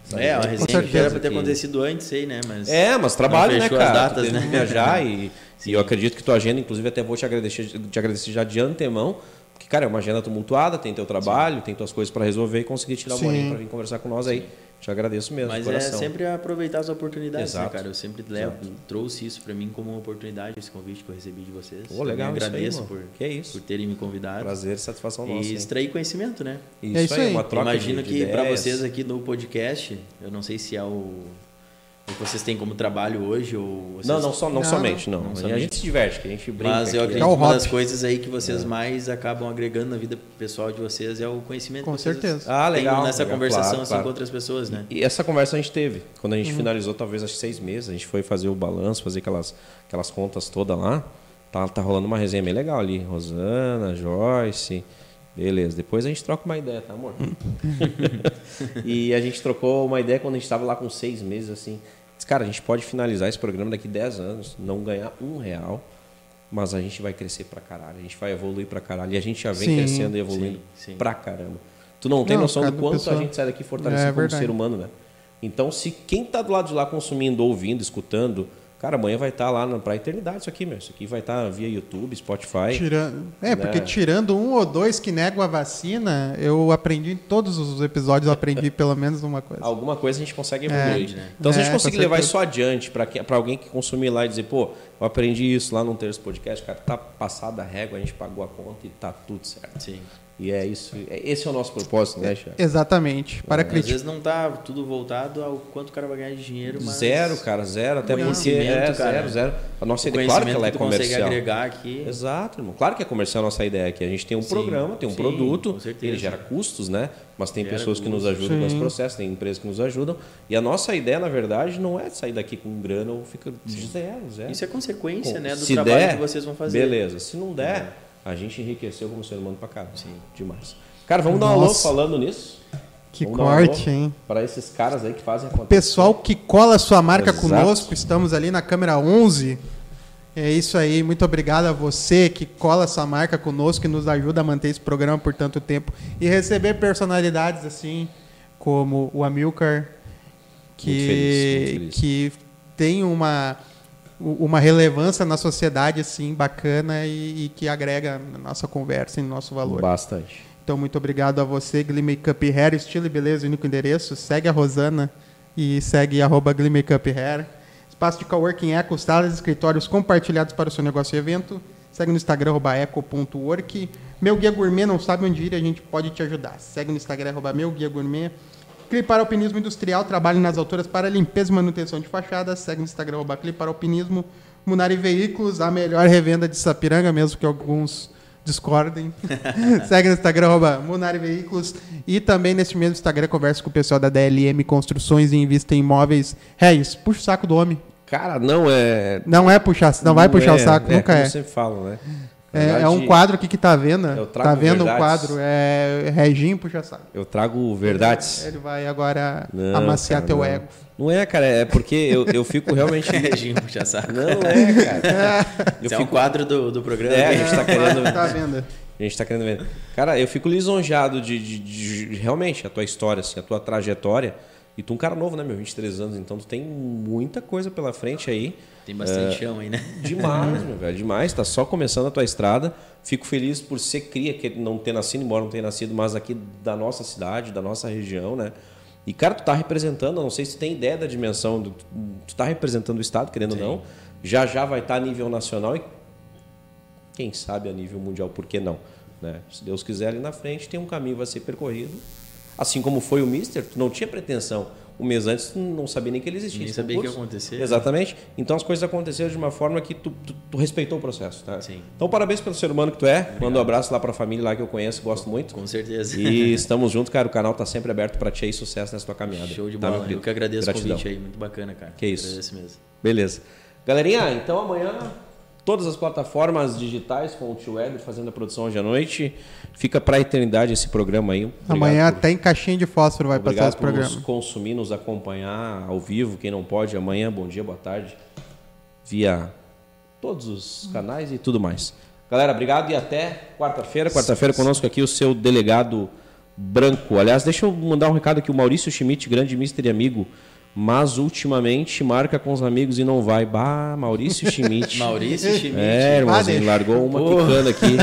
B: essa
C: É, uma
B: resenha.
C: resenha que era
B: certeza
C: pra ter
B: que-
C: acontecido antes aí, né? Mas...
B: É, mas trabalho,
C: Não
B: né,
C: fechou
B: cara?
C: as
B: Tu
C: datas,
B: teve que
C: né?
B: viajar e, e eu acredito que tua agenda, inclusive, até vou te agradecer, te agradecer já de antemão, porque, cara, é uma agenda tumultuada, tem teu trabalho, tem tuas coisas pra resolver e conseguir tirar
A: Sim.
B: uma horinha pra vir conversar com nós aí. Te agradeço mesmo, de
C: Mas é
B: coração.
C: sempre aproveitar as oportunidades, né,
B: Exato.
C: cara? Eu sempre levo, trouxe isso pra mim como uma oportunidade, esse convite que eu recebi de vocês.
B: Pô, legal
C: Também
B: isso aí,
C: agradeço
B: mano.
C: por,
B: Que é isso.
C: por terem me convidado
B: Prazer e satisfação
C: e
B: nossa. hein?
C: extrair conhecimento, né?
A: É isso aí.
C: Imagino
B: de- de
C: que pra
B: ideias.
C: vocês aqui no podcast, eu não sei se é o, o que vocês têm como trabalho hoje ou vocês-
B: Não, não, só, não,
A: Não,
B: somente, não. a
C: somente.
B: gente se diverte, que a gente brinca.
C: Mas eu
B: aqui, É.
C: acredito
A: É
C: que
A: o
C: uma das
A: hobby.
C: coisas aí que vocês mais acabam agregando na vida pessoal de vocês é o conhecimento.
A: Com
C: que vocês
A: certeza.
B: Ah,
C: têm
B: legal,
C: Nessa
B: legal,
C: conversação
B: claro,
C: assim,
B: claro.
C: com outras pessoas, né?
B: E essa conversa a gente teve. Quando a gente
A: Uhum.
B: finalizou, talvez acho que seis meses, a gente foi fazer o balanço, fazer aquelas, aquelas contas todas lá. Tá, tá rolando uma resenha bem legal ali. Rosana, Joyce. Beleza, depois a gente troca uma ideia, tá, amor? e a gente trocou uma ideia quando a gente estava lá com seis meses, assim. Disse, cara, a gente pode finalizar esse programa daqui 10 anos, não ganhar um real, mas a gente vai crescer pra caralho, a gente vai evoluir pra caralho. E a gente já vem
A: Sim.
B: crescendo e evoluindo
C: Sim, sim.
B: pra caramba. Tu não tem
A: Não,
B: noção do
A: cada
B: quanto a
A: pessoa-
B: gente sai daqui
A: É
B: fortalecido como
A: verdade.
B: ser humano, né? Então, se quem tá do lado de lá consumindo, ouvindo, escutando, cara, amanhã vai estar lá na, pra eternidade isso aqui, meu. Isso aqui vai estar via YouTube, Spotify.
A: Tirando, é, porque
B: Né?
A: tirando um ou dois que negam a vacina, eu aprendi em todos os episódios, eu aprendi pelo menos uma coisa.
B: Alguma coisa a gente consegue evoluir.
C: né?
B: Então, se a
A: É,
B: gente
A: com
B: conseguir levar
A: certeza.
B: isso adiante pra quem- pra alguém que consumir lá e dizer, pô, eu aprendi isso lá num terço podcast, cara, tá passada a régua, a gente pagou a conta e tá tudo certo.
C: Sim.
B: E é isso. é- Esse é o nosso propósito, né, Thiago?
A: Exatamente. Para
B: É,
C: Às
A: criticar.
C: vezes não tá tudo voltado ao quanto o cara vai ganhar de dinheiro, mas...
B: Zero, cara, zero. Até porque é,
C: Conhecimento, cara.
B: zero, zero. A nossa
C: O
B: ideia, claro que
C: conhecimento
B: ela é
C: que tu consegue
B: comercial.
C: agregar aqui.
B: Exato, irmão. Claro que é comercial a nossa ideia aqui. A gente tem um
C: Sim,
B: programa, tem um
C: sim,
B: produto,
C: com certeza.
B: ele gera custos, né? Mas tem
C: Gera
B: pessoas que nos ajudam com esse processo, tem empresas que nos ajudam. E a nossa ideia, na verdade, não é sair daqui com grana ou ficar zero, zero.
C: Isso é consequência,
B: Com-
C: né, do
B: se
C: trabalho
B: der,
C: que vocês vão fazer.
B: Beleza, se não der, a gente enriqueceu como ser humano pra caramba. Sim. Demais. Cara, vamos dar um alô
A: Nossa.
B: falando nisso.
A: Que
B: Vamos dar um alô
A: corte, hein?
B: Para esses caras aí que fazem acontecer.
A: Pessoal que cola sua marca
B: Exato.
A: conosco, estamos ali na câmera 11. É isso aí, muito obrigado a você que cola sua marca conosco e nos ajuda a manter esse programa por tanto tempo e receber personalidades assim como o Amilcar que
B: Muito feliz, muito feliz.
A: que tem uma u- uma relevância na sociedade assim bacana e, e que agrega na nossa conversa e no nosso valor.
B: Bastante.
A: Então, muito obrigado a você, Glee Makeup Hair, estilo e beleza, único endereço. Segue a Rosana e segue arroba Glee Makeup Hair. Espaço de coworking Eco, salas e escritórios compartilhados para o seu negócio e evento. Segue no Instagram, arroba eco.work. Meu Guia Gourmet, não sabe onde ir, a gente pode te ajudar. Segue no Instagram, arroba meu Guia Gourmet. Clipe para Alpinismo Industrial, trabalho nas alturas para limpeza e manutenção de fachadas. Segue no Instagram, arroba Clipe para Alpinismo. Munari Veículos, a melhor revenda de Sapiranga, mesmo que alguns discordem. Segue no Instagram, arroba Munari Veículos. E também nesse mesmo Instagram, conversa com o pessoal da DLM Construções e Invista em Imóveis. Reis, puxa o saco do homem.
B: Cara, não é.
A: Não é puxar, não, vai puxar o saco, nunca
B: como
A: é.
B: Eu sempre falo, né?
A: É,
B: Verdade,
A: é um quadro aqui que tá vendo.
B: Eu trago
A: Tá vendo o
B: verdades.
A: quadro? É Reginho puxa saco.
B: Eu trago verdades.
A: Ele vai agora
B: Não,
A: amaciar
B: cara,
A: teu
B: não.
A: ego.
B: Não é, cara, é porque eu, eu fico realmente.
C: Reginho puxa saco.
B: Não é, cara. Eu
C: Isso é um
B: fico-
C: quadro do, do programa. né?
B: É, a gente tá querendo.
A: Tá vendo?
B: A gente tá querendo ver. Cara, eu fico lisonjeado de, de- de- de- realmente a tua história, assim, a tua trajetória. E tu é um cara novo, né, meu? 23 anos, então tu tem muita coisa pela frente aí.
C: Tem
B: É.
C: bastante chão aí, né?
B: Demais, meu velho, demais. Tá só começando a tua estrada. Fico feliz por ser cria, que não ter nascido, embora não tenha nascido, mas aqui da nossa cidade, da nossa região, né? E, cara, tu tá representando, eu não sei se tu tem ideia da dimensão, do, tu tá representando o Estado, querendo ou não. Já já vai estar a nível nacional e quem sabe a nível mundial, por que não? Né? Se Deus quiser, ali na frente tem um caminho a ser percorrido. Assim como foi o Mister, tu não tinha pretensão. Um mês antes, tu não sabia nem que ele existia.
C: Nem
B: esse
C: sabia que ia
B: concurso.
C: acontecer.
B: Exatamente. Então as coisas aconteceram de uma forma que tu, tu- tu respeitou o processo. Tá?
C: Sim.
B: Então parabéns pelo ser humano que tu é. Manda um abraço lá para a família lá que eu conheço, gosto muito.
C: Com certeza.
B: E estamos juntos, cara. O canal tá sempre aberto para ti e sucesso nessa tua caminhada.
C: Show de
B: Tá, meu
C: bola.
B: querido?
C: Eu que agradeço
B: Gratidão.
C: o convite aí. Muito bacana, cara.
B: Que isso.
C: Agradeço mesmo.
B: Beleza. Galerinha, então amanhã todas as plataformas digitais com o Tio Weber fazendo a produção hoje à noite. Fica para a eternidade esse programa aí. Obrigado
A: Amanhã
B: por-
A: até em caixinha de fósforo vai
B: Obrigado
A: passar esse
B: por
A: programa.
B: nos consumir, nos acompanhar ao vivo. Quem não pode, amanhã, bom dia, boa tarde, via todos os canais e tudo mais. Galera, obrigado e até quarta-feira. Quarta-feira conosco aqui o seu delegado branco. Aliás, deixa eu mandar um recado aqui. O Maurício Schmidt, grande mister e amigo, mas ultimamente marca com os amigos e não vai. Bah, Maurício Schmidt.
C: Maurício Schmidt.
B: É, irmãozinho,
A: deixa.
B: largou uma
C: Porra.
B: quicando aqui.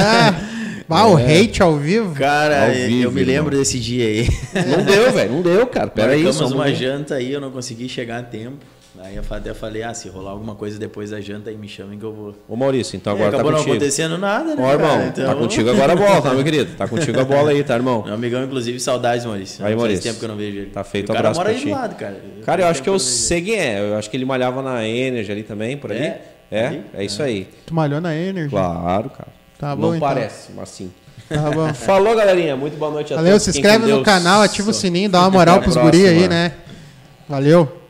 A: Ah, o hate ao vivo?
C: Cara,
B: Ao
C: eu
B: vivo,
C: me lembro
B: irmão.
C: desse dia aí.
B: Não deu, velho, não deu, cara. Pera aí, só um
C: Marcamos uma
B: minuto.
C: janta aí, eu não consegui chegar a tempo. Aí eu até falei, ah, se rolar alguma coisa depois da janta aí me chamem que eu vou.
B: Ô Maurício, então
C: E
B: agora
C: acabou
B: tá
C: não
B: contigo.
C: acontecendo nada, né?
B: Ó, irmão,
C: cara? Então-
B: tá contigo agora a bola, tá, meu querido? Tá contigo a bola aí, tá, irmão?
C: Meu amigão, inclusive, saudades, Maurício.
B: Aí, Maurício.
C: Faz tempo que eu não vejo ele.
B: Tá feito,
C: o cara
B: abraço
C: mora
B: pra
C: aí
B: ti.
C: do lado, cara.
B: Cara, eu
C: Faz
B: acho
C: tempo
B: que eu
C: não vejo ele.
B: sei quem é. Eu acho que ele malhava na Energy ali também, por ali.
C: É?
B: É,
C: Ali?
B: é isso aí.
A: Tu malhou na Energy.
B: Claro, cara.
A: Tá bom,
B: Não
A: então.
B: parece, mas sim.
A: Tá bom.
B: Falou, galerinha. Muito boa noite a
A: Valeu,
B: todos.
A: se
B: Fiquem com
A: inscreve no
B: Deus.
A: canal, ativa o sininho, dá uma moral
B: Até a
A: pros guri aí,
B: próxima.
A: né? Valeu.